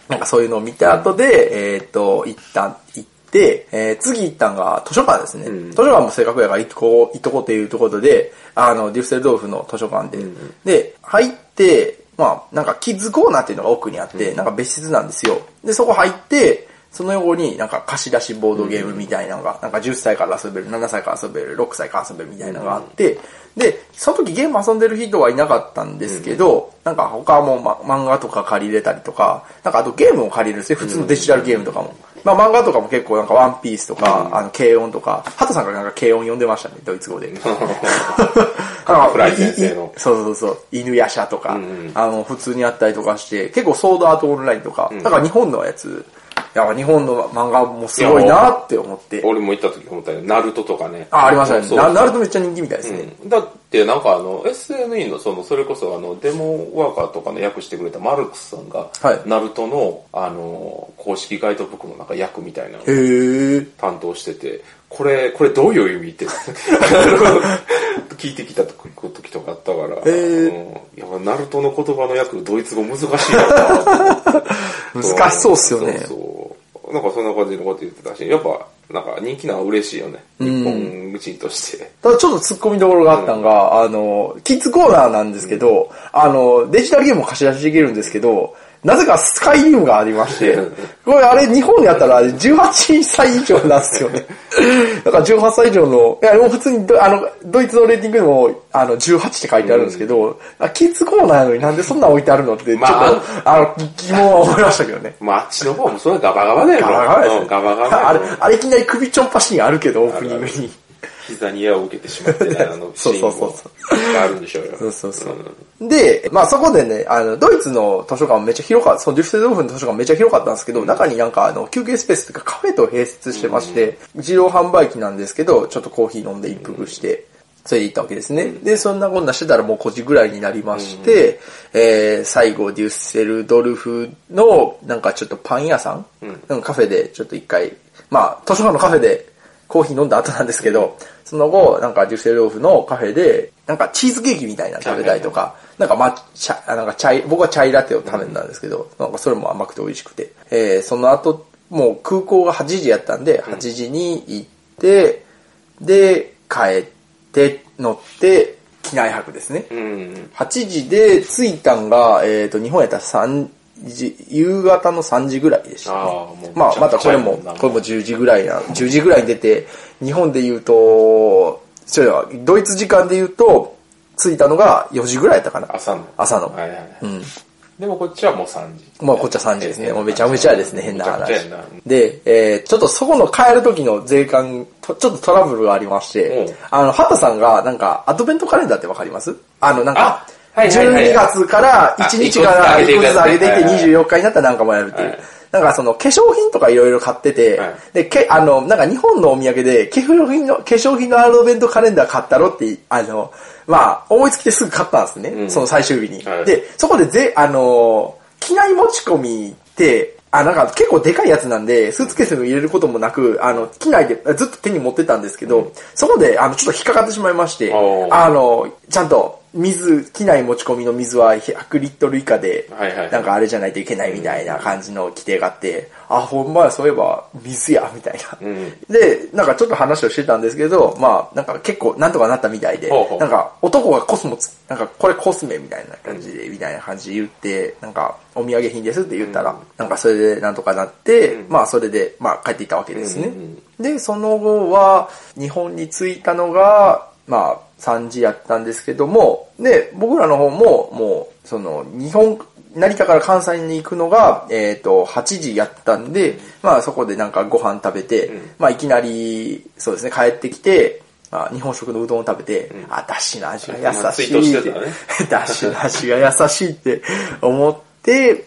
Speaker 2: なんかそういうのを見た後で、えっ、と、一旦行って、えー次行ったんが図書館ですね。図書館もせっかくやから行っとこう、行っとこうというところで、あの、デュッセルドルフの図書館で。で、入って、まあ、なんかキッズコーナーっていうのが奥にあって、なんか別室なんですよ。で、そこ入って、その横になんか貸し出しボードゲームみたいなのが、なんか10歳から遊べる、7歳から遊べる、6歳から遊べるみたいなのがあって、で、その時ゲーム遊んでる人はいなかったんですけど、なんか他はもう、ま、漫画とか借りれたりとか、なんかあとゲームを借りるんですね、普通のデジタルゲームとかも。まあ漫画とかも結構なんかワンピースとか、あの、軽音とか、ハトさんがなんか軽音読んでましたね、ドイ
Speaker 1: [laughs]
Speaker 2: ツ語で。 [laughs] あ
Speaker 1: フライ先生の
Speaker 2: いいそうそうそう。犬やしゃとか、
Speaker 1: んうん
Speaker 2: あの、普通にあったりとかして、結構ソードアートオンラインとか、だから日本のやつ、いや、日本の漫画もすごいなって思って。
Speaker 1: 俺も行った時思ったよ。ナルトとかね。
Speaker 2: あ、ありましたね。
Speaker 1: そう
Speaker 2: ななるとめっちゃ人気みたいですね。
Speaker 1: うんだってなんかあの SNE のそのそれこそあのデモワーカーとかの訳してくれたマルクスさんが、
Speaker 2: はい
Speaker 1: ナルトのあの公式ガイドブックのなんか訳みたいなのを
Speaker 2: へえ。
Speaker 1: 担当しててこれこれどういう意味ってあの聞いてきた時とかあったから、
Speaker 2: ー
Speaker 1: うん、いやナルトの言葉の訳ドイツ語難しいなと思って
Speaker 2: 難しそうっすよね。
Speaker 1: そうそうなんかそんな感じのこと言ってたしやっぱなんか人気なのは嬉しいよね日本人として。
Speaker 2: ただちょっと突っ込みどころがあったのが、あの、キッズコーナーなんですけど、あの、デジタルゲームも貸し出しできるんですけど、なぜかスカイリムがありまして
Speaker 1: うん、
Speaker 2: これあれ日本やったら18歳以上なんですよね。だから18歳以上の、いや、もう普通にドあの、ドイツのレーティングでも、あの、18って書いてあるんですけど、あキッズコーナーなのになんでそんなん置いてあるのって、ちょっと、
Speaker 1: まあ
Speaker 2: あの、疑問は思いましたけどね。
Speaker 1: まあ、あっちの方もそれはガバガバだよ。
Speaker 2: ガバガバです
Speaker 1: う
Speaker 2: ね。
Speaker 1: んガバガバ。
Speaker 2: あれ、あれいきなり首ちょんぱシーンあるけど、オープニングに。
Speaker 1: 膝に矢を受けてしまってね、あの、
Speaker 2: [laughs] そうそうそう
Speaker 1: シーンもがあるんでしょうよ。
Speaker 2: そうそうそ
Speaker 1: ん
Speaker 2: う。で、まあそこでね、あの、ドイツの図書館もめっちゃ広かった、そのデュフセドルフの図書館めっちゃ広かったんですけど、中になんかあの、休憩スペースというかカフェと併設してまして、自動販売機なんですけど、ちょっとコーヒー飲んで一服して、それで行ったわけですね。で、そんなこんなしてたらもう5時ぐらいになりまして、えー、最後デュッセルドルフの、なんかちょっとパン屋さん、うん、カフェでちょっと一回、まあ、図書館のカフェでコーヒー飲んだ後なんですけど、その後、なんかデュッセルドルフのカフェで、なんかチーズケーキみたいなの食べたりとか、なんか抹茶、あなんかチャイ、僕はチャイラテを食べたんですけど、なんかそれも甘くて美味しくて。えー、その後、もう空港が8時やったんで、8時に行って、で、帰って、乗って、機内泊ですね。
Speaker 1: うん。
Speaker 2: 8時で着いたんが、えっ、と、日本やったら3時、夕方の3時ぐらいでした、ね
Speaker 1: ああも。う
Speaker 2: ま
Speaker 1: め
Speaker 2: あ、
Speaker 1: ちゃ
Speaker 2: また
Speaker 1: くち
Speaker 2: こ
Speaker 1: ゃ
Speaker 2: れ
Speaker 1: やもん
Speaker 2: も
Speaker 1: な、
Speaker 2: これも10時ぐらいな、10時ぐらいに出て、日本で言うと、それは、ドイツ時間で言うと、着いたのが4時ぐらいやったかな。
Speaker 1: 朝の。
Speaker 2: 朝の。
Speaker 1: はいはいはい。
Speaker 2: うん。
Speaker 1: でもこっちはもう3時。
Speaker 2: まあ、こっちは3時ですね。もうめちゃめちゃですね、変な話
Speaker 1: めちゃくちゃやな。
Speaker 2: で、えー、ちょっとそこの帰る時の税関、とちょっとトラブルがありまし
Speaker 1: う
Speaker 2: て
Speaker 1: ん、
Speaker 2: あの、ハタさんが、なんか、アドベントカレンダーってわかりますあの、なんか、
Speaker 1: あはいはいはい
Speaker 2: 12月から1日から
Speaker 1: あ一
Speaker 2: 1
Speaker 1: 個
Speaker 2: 個
Speaker 1: ず
Speaker 2: ず
Speaker 1: つ
Speaker 2: つ
Speaker 1: 上げて
Speaker 2: 上げ
Speaker 1: いく
Speaker 2: ていっ
Speaker 1: やつ
Speaker 2: て
Speaker 1: ね
Speaker 2: 24日になったらなんかもやるってい。
Speaker 1: はいう
Speaker 2: なんかその化粧品とかいろいろ買ってて
Speaker 1: はい、
Speaker 2: で、け、あの、なんか日本のお土産で、化粧品の、化粧品のアドベントカレンダー買ったろって、あの、まあ、思いつきですぐ買ったんです
Speaker 1: ん
Speaker 2: ね。その最終日に
Speaker 1: はい。
Speaker 2: で、そこでぜ、あのー機内持ち込みって、あ、なんか結構でかいやつなんで、スーツケースにも入れることもなく、あの、機内でずっと手に持ってたんですけど、そこで、あの、ちょっと引っかかってしまいまして、
Speaker 1: おー
Speaker 2: あの、ちゃんと、水、機内持ち込みの水は100リットル以下で、
Speaker 1: はいはいはい
Speaker 2: なんかあれじゃないといけないみたいな感じの規定があって、あ、ほんまや、そういえば、水や、みたいな、
Speaker 1: ん
Speaker 2: で、なんかちょっと話をしてたんですけど、まあ、なんか結構なんとかなったみたいで、
Speaker 1: ほうほう
Speaker 2: なんか男がコスモつ、なんかこれコスメみたいな感じで、みたいな感じで言って、なんかお土産品ですって言ったら、なんかそれでなんとかなって、まあそれで、まあ帰っていったわけですね。
Speaker 1: うんうん
Speaker 2: で、その後は、日本に着いたのが、まあ、3時やったんですけども、で、僕らの方も、もう、その、日本、成田から関西に行くのが、えっ、と、8時やったんで、まあ、そこでなんかご飯食べて、まあ、いきなり、そうですね、帰ってきて、あ日本食のうどんを食べて、あ、だしの味が優
Speaker 1: まあツ
Speaker 2: し
Speaker 1: イートし
Speaker 2: いってて
Speaker 1: たね、
Speaker 2: [laughs] だしの味が優しいって思って、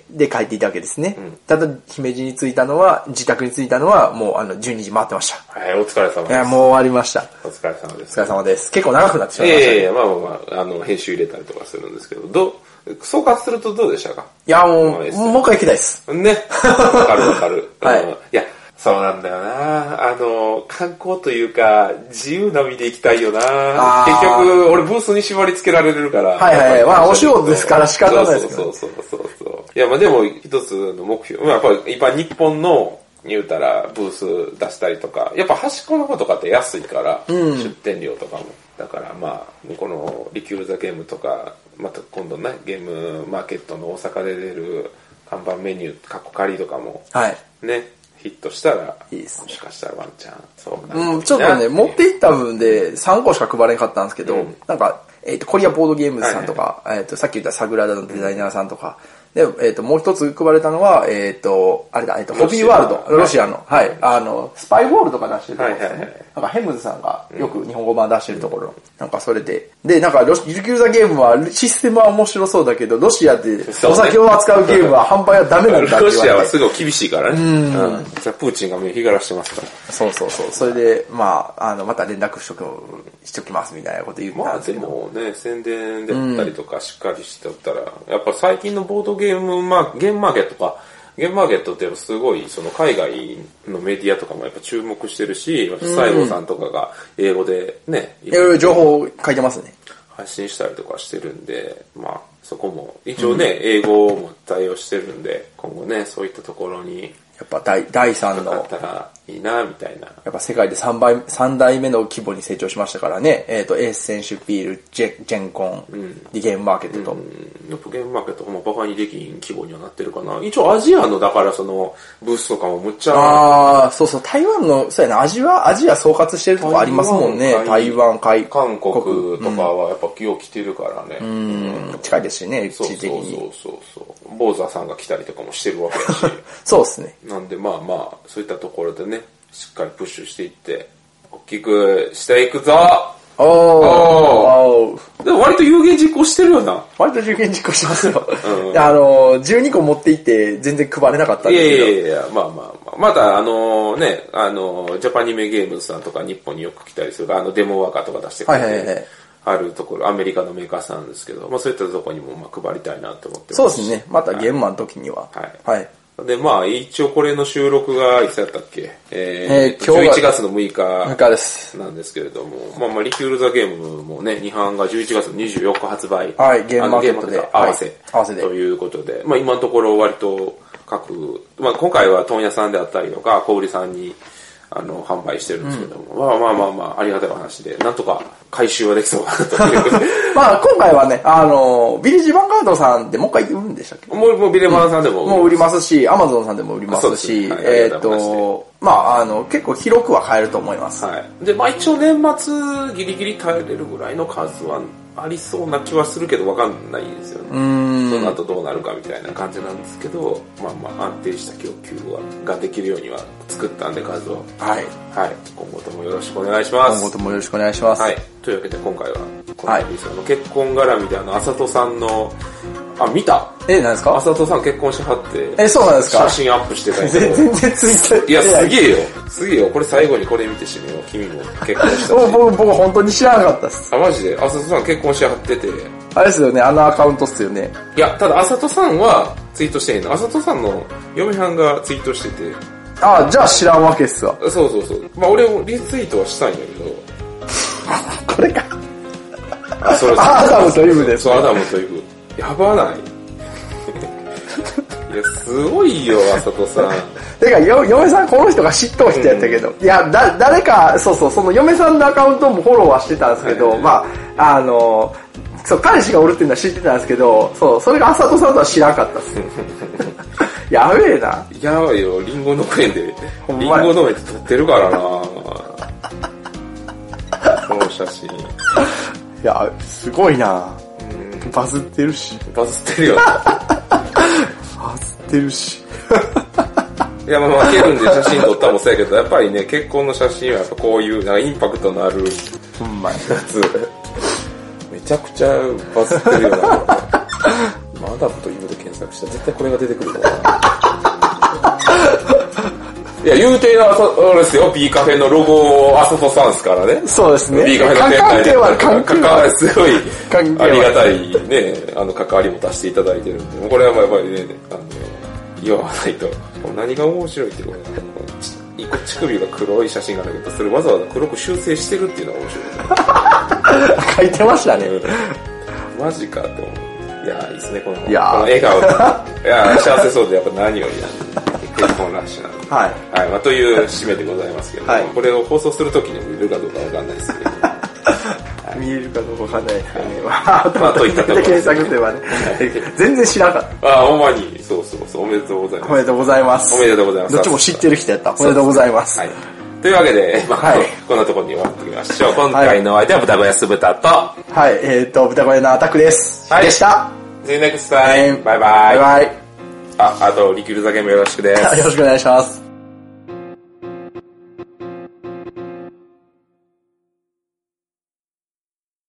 Speaker 2: で、帰っていたわけですね。ただ、姫路に着いたのは、自宅に着いたのは、もう、あの、12時回ってました。
Speaker 1: はい、お疲れ様
Speaker 2: いや、
Speaker 1: です。
Speaker 2: もう終わりました。
Speaker 1: お疲れ様で
Speaker 2: お
Speaker 1: す
Speaker 2: 疲。れ様です。結構長くなってしまいましたね。
Speaker 1: ええまあまあまあ、あの、編集入れたりとかするんですけど、どう、総括するとどうでしたか
Speaker 2: いや、もう、
Speaker 1: そう
Speaker 2: もう
Speaker 1: ですね
Speaker 2: 一回行きたいです。
Speaker 1: ね。わかるわかる。
Speaker 2: [laughs] はい
Speaker 1: うんいや、そうなんだよな。あの、観光というか、自由な身で行きたいよな。
Speaker 2: あー
Speaker 1: 結局、俺ブースに縛り付けられるから。
Speaker 2: はいはいはい
Speaker 1: やっぱり
Speaker 2: まあお仕事ですから仕方ないですけ
Speaker 1: そう
Speaker 2: ど
Speaker 1: そうそうそうそう。いや、まあでも、一つの目標。まあやっぱり、一般日本の、言うたら、ブース出したりとか、やっぱ端っこの方とかって安いから、出店料とかも。だからまあ、この、リキュール・ザ・ゲームとか、また今度ね、ゲームマーケットの大阪で出る看板メニュー、カッコカリとかも、
Speaker 2: はい。
Speaker 1: ね、ヒットしたら、
Speaker 2: いいですね
Speaker 1: もしかしたらワンチャン、そうなる
Speaker 2: うん、ちょっとね、持っていった分で3個しか配れなかったんですけど、
Speaker 1: うん
Speaker 2: なんか、えっ、と、コリアボードゲームズさんとか、えっ、と、さっき言ったサグラダのデザイナーさんとか、で、えっ、と、もう一つ配れたのは、えっ、と、あれだ、えっ、と、ホビーワールド、ロ
Speaker 1: ロ
Speaker 2: シ
Speaker 1: シ
Speaker 2: ア
Speaker 1: ア
Speaker 2: の
Speaker 1: の、
Speaker 2: は、
Speaker 1: はいい
Speaker 2: あの、スパイボールとか出してるところですよ
Speaker 1: はいはいは
Speaker 2: ね
Speaker 1: い。
Speaker 2: なんか、ヘムズさんがよく日本語版出してるところ、なんかそれで、で、なんかロシ、ゆるキューザゲームはシステムは面白そうだけど、ロシアで
Speaker 1: そう
Speaker 2: お
Speaker 1: ね
Speaker 2: 酒を扱うゲームは販売はダメなんだって言わ
Speaker 1: ロ
Speaker 2: れて。
Speaker 1: シアはすごい厳しいからね。うん。実はプーチンが目を光らしてますから。
Speaker 2: そうそうそう。それで、まあ、あの、また連絡しとく、しときますみたいなこと言った
Speaker 1: ま
Speaker 2: ん
Speaker 1: あ
Speaker 2: ですけ
Speaker 1: で
Speaker 2: ど。
Speaker 1: もね、宣伝であったりとかしっかりしておったら、やっぱ最近のボードゲームマー、ゲームマーケットか、ゲームマーケットってすごい、その海外のメディアとかもやっぱ注目してるし、西郷さんとかが英語でね、
Speaker 2: いろいろ情報書いてますね。
Speaker 1: 発信したりとかしてるんで、まあそこも、一応ね、英語も対応してるんで、今後ね、そういったところに
Speaker 2: やっぱ第、第3
Speaker 1: あっ
Speaker 2: の、
Speaker 1: たらいいな、みたいな。
Speaker 2: やっぱ世界で3倍、3代目の規模に成長しましたからね。えっ、と、エース選手ビール、ジェジェンコン、リゲームマーケットと。
Speaker 1: やっぱゲームマーケットもバカにできん規模にはなってるかな。一応アジアのだからそのブースとかもむっちゃ
Speaker 2: ああ、そうそう、台湾の、そうやな、アジア、アジア総括してるとこありますもんね。台
Speaker 1: 台
Speaker 2: 湾、海
Speaker 1: 韓国とかはやっぱ気を来てるからね。
Speaker 2: うん近いですしね、
Speaker 1: そう
Speaker 2: 地
Speaker 1: そ
Speaker 2: 理
Speaker 1: う
Speaker 2: 的に。
Speaker 1: そうそう。坊主さんが来たりとかもしてるわけだし。 [laughs]
Speaker 2: そうですね。
Speaker 1: なんでまあまあ、そういったところでね、しっかりプッシュしていって、大きくしていくぞ
Speaker 2: おーおー
Speaker 1: でも割と有言実行してるよな。
Speaker 2: 割と受験実行してますよ。
Speaker 1: うん
Speaker 2: であの、12個持っていって全然配れなかったん
Speaker 1: い
Speaker 2: です
Speaker 1: や
Speaker 2: け
Speaker 1: い
Speaker 2: ど。
Speaker 1: やいやいや、まあまあまあ。また、あのね、あのジャパニメゲームズさんとか日本によく来たりする、あの、デモワーカーとか出してくれて、
Speaker 2: はいはいはいはい
Speaker 1: あるところ、アメリカのメーカーさんですけど、まあそういったところにもまあ配りたいなと思ってます
Speaker 2: そうですね。またゲームマンの時には。
Speaker 1: はい
Speaker 2: はい。
Speaker 1: で、まあ一応これの収録が、いつだったっけえ
Speaker 2: えー
Speaker 1: ー、
Speaker 2: 今日
Speaker 1: 11
Speaker 2: が
Speaker 1: 月の6
Speaker 2: なん
Speaker 1: 日
Speaker 2: かです。
Speaker 1: なんですけれども、まあまあ、リキュール・ザ・ゲームもね、日版が11月24日発売。
Speaker 2: はいゲームマーケット
Speaker 1: あのゲームマーケ
Speaker 2: で
Speaker 1: ット合わせ、
Speaker 2: はい合わせで
Speaker 1: ということで、まあ今のところ割と各、まあ今回は問屋さんであったりとか、小売りさんに、あの、販売してるんですけども、まあまあまあまあ、ありがたいお話で、なんとか回収はできそうかな
Speaker 2: [laughs]
Speaker 1: という。
Speaker 2: まあ今回はね、あの、ビリッジヴァンガードさんでもう一回売るんでしたっけ
Speaker 1: もう、もうビレマンさんでも、
Speaker 2: もう売りますし、アマゾンさんでも売りますし、
Speaker 1: そうですねはい
Speaker 2: えっ、
Speaker 1: ありがとうござい
Speaker 2: と、まああの、結構広くは買えると思います。
Speaker 1: はい。で、まあ一応年末ギリギリ耐えれるぐらいの数はありそうな気はするけど、わかんないですよね。その後どうなるかみたいな感じなんですけど、まあまあ安定した供給はができるようには作ったんで数を。
Speaker 2: はい。
Speaker 1: はい。今後ともよろしくお願いしま
Speaker 2: 今後
Speaker 1: す
Speaker 2: と。もよろしくお願いします。
Speaker 1: はい。というわけで今回は、この
Speaker 2: はい
Speaker 1: 辺であの結婚絡みであの、あさとさんの、あ、見た
Speaker 2: え、何です
Speaker 1: あ
Speaker 2: か
Speaker 1: さとさん結婚しはって、
Speaker 2: え、そうなんですか
Speaker 1: 写真アップしてたけ
Speaker 2: 全
Speaker 1: ど。
Speaker 2: 全然ついて
Speaker 1: いや、す
Speaker 2: え。
Speaker 1: げえよ。すげえよ。これ最後にこれ見て死ぬよ。君も結婚
Speaker 2: [laughs]
Speaker 1: したし。
Speaker 2: もう僕、僕本当に知らなかったです。
Speaker 1: あ、マジで、あさとさん結婚しはってて。い
Speaker 2: あれですよね、あのアカウントっすよね。
Speaker 1: や、ただ、あさとさんはツイートしてへんの。あさとさんの嫁はんがツイートしてて。
Speaker 2: あじゃあ知らんわけっすわ。
Speaker 1: そうそうそう。まあ、俺もリツイートはしたいんだけど。
Speaker 2: これか。
Speaker 1: あ、それ
Speaker 2: あアダムとイブです
Speaker 1: そう、アダムとイブ。やばない。 [laughs] いや、すごいよ、あさとさん。
Speaker 2: てか、よ、嫁さんこの人が嫉妬してやったけど、いや、だ、誰か、そうそう、その嫁さんのアカウントもフォローはしてたんですけど、
Speaker 1: はい
Speaker 2: まあ、あの、そう、彼氏がおるっていうのは知ってたんですけど、そう、それがあさとさんとは知らなかったっす。 [laughs] やべえな。
Speaker 1: やばいよ、リンゴ農園で。リ
Speaker 2: ほん
Speaker 1: ン
Speaker 2: まや
Speaker 1: ゴ農園で撮ってるからなこの写真。
Speaker 2: いや、すごいな。バズってるし、
Speaker 1: バズってるよ。
Speaker 2: バズってるし。
Speaker 1: いや、まあまあ、ケルンで写真撮ったもそうやけど、やっぱりね、結婚の写真はやっぱこういう、なんかインパクトのあるや
Speaker 2: ほんまや。
Speaker 1: つ。めちゃくちゃバズってるよな。 [laughs] マダムとイブで検索したら絶対これが出てくるもんな。いや、言うてな、そうですよ、B カフェのロゴをあさとさんですからね。
Speaker 2: そうですね。
Speaker 1: B カフェの
Speaker 2: 関
Speaker 1: 店内
Speaker 2: 係
Speaker 1: で。
Speaker 2: はある、関係
Speaker 1: 関
Speaker 2: はあ
Speaker 1: わ
Speaker 2: る
Speaker 1: り、すごい、あ
Speaker 2: 関係はある
Speaker 1: りがたいね、あの、関わりも出していただいてるんで、もうこれはまあやっぱりね、あの、言わないと。もう何が面白いってこれ、ち一個乳首が黒い写真があるけど、それわざわざ黒く修正してるっていうのが面白いですね。
Speaker 2: 書いてましたね。
Speaker 1: マジかって思う。いやー、いいですね、この、
Speaker 2: いやー
Speaker 1: この笑顔。いやー、幸せそうでやっぱ何よりなんで、結婚ラッシュなんで。
Speaker 2: はい。
Speaker 1: はい、まあ、という締めでございますけども、
Speaker 2: はい
Speaker 1: これを放送するときにもいるかどうかわかんないですけど、ははい
Speaker 2: 見れるかどうかわかんないですけどね。まあ、あと [laughs] また
Speaker 1: といったところ
Speaker 2: 検索すればね、全然知らなかった。
Speaker 1: ああ、ほんまに。そうそうそう。おめでとうございます。
Speaker 2: おめでとうございます。
Speaker 1: おめでとうございます
Speaker 2: どっちも知ってる人やった。おめでとうございます。
Speaker 1: はい。というわけで、まあ、
Speaker 2: はい
Speaker 1: こんなところに終わっておきましょう。今回のお相手は豚小屋酢豚と、
Speaker 2: はい、えっ、ー、と、豚小屋のアタックです。
Speaker 1: はい
Speaker 2: でした。
Speaker 1: See you next time! バイバイ
Speaker 2: バイバイ。
Speaker 1: あ、あと、リキュール酒もよろしくです。
Speaker 2: [laughs] よろしくお願いします。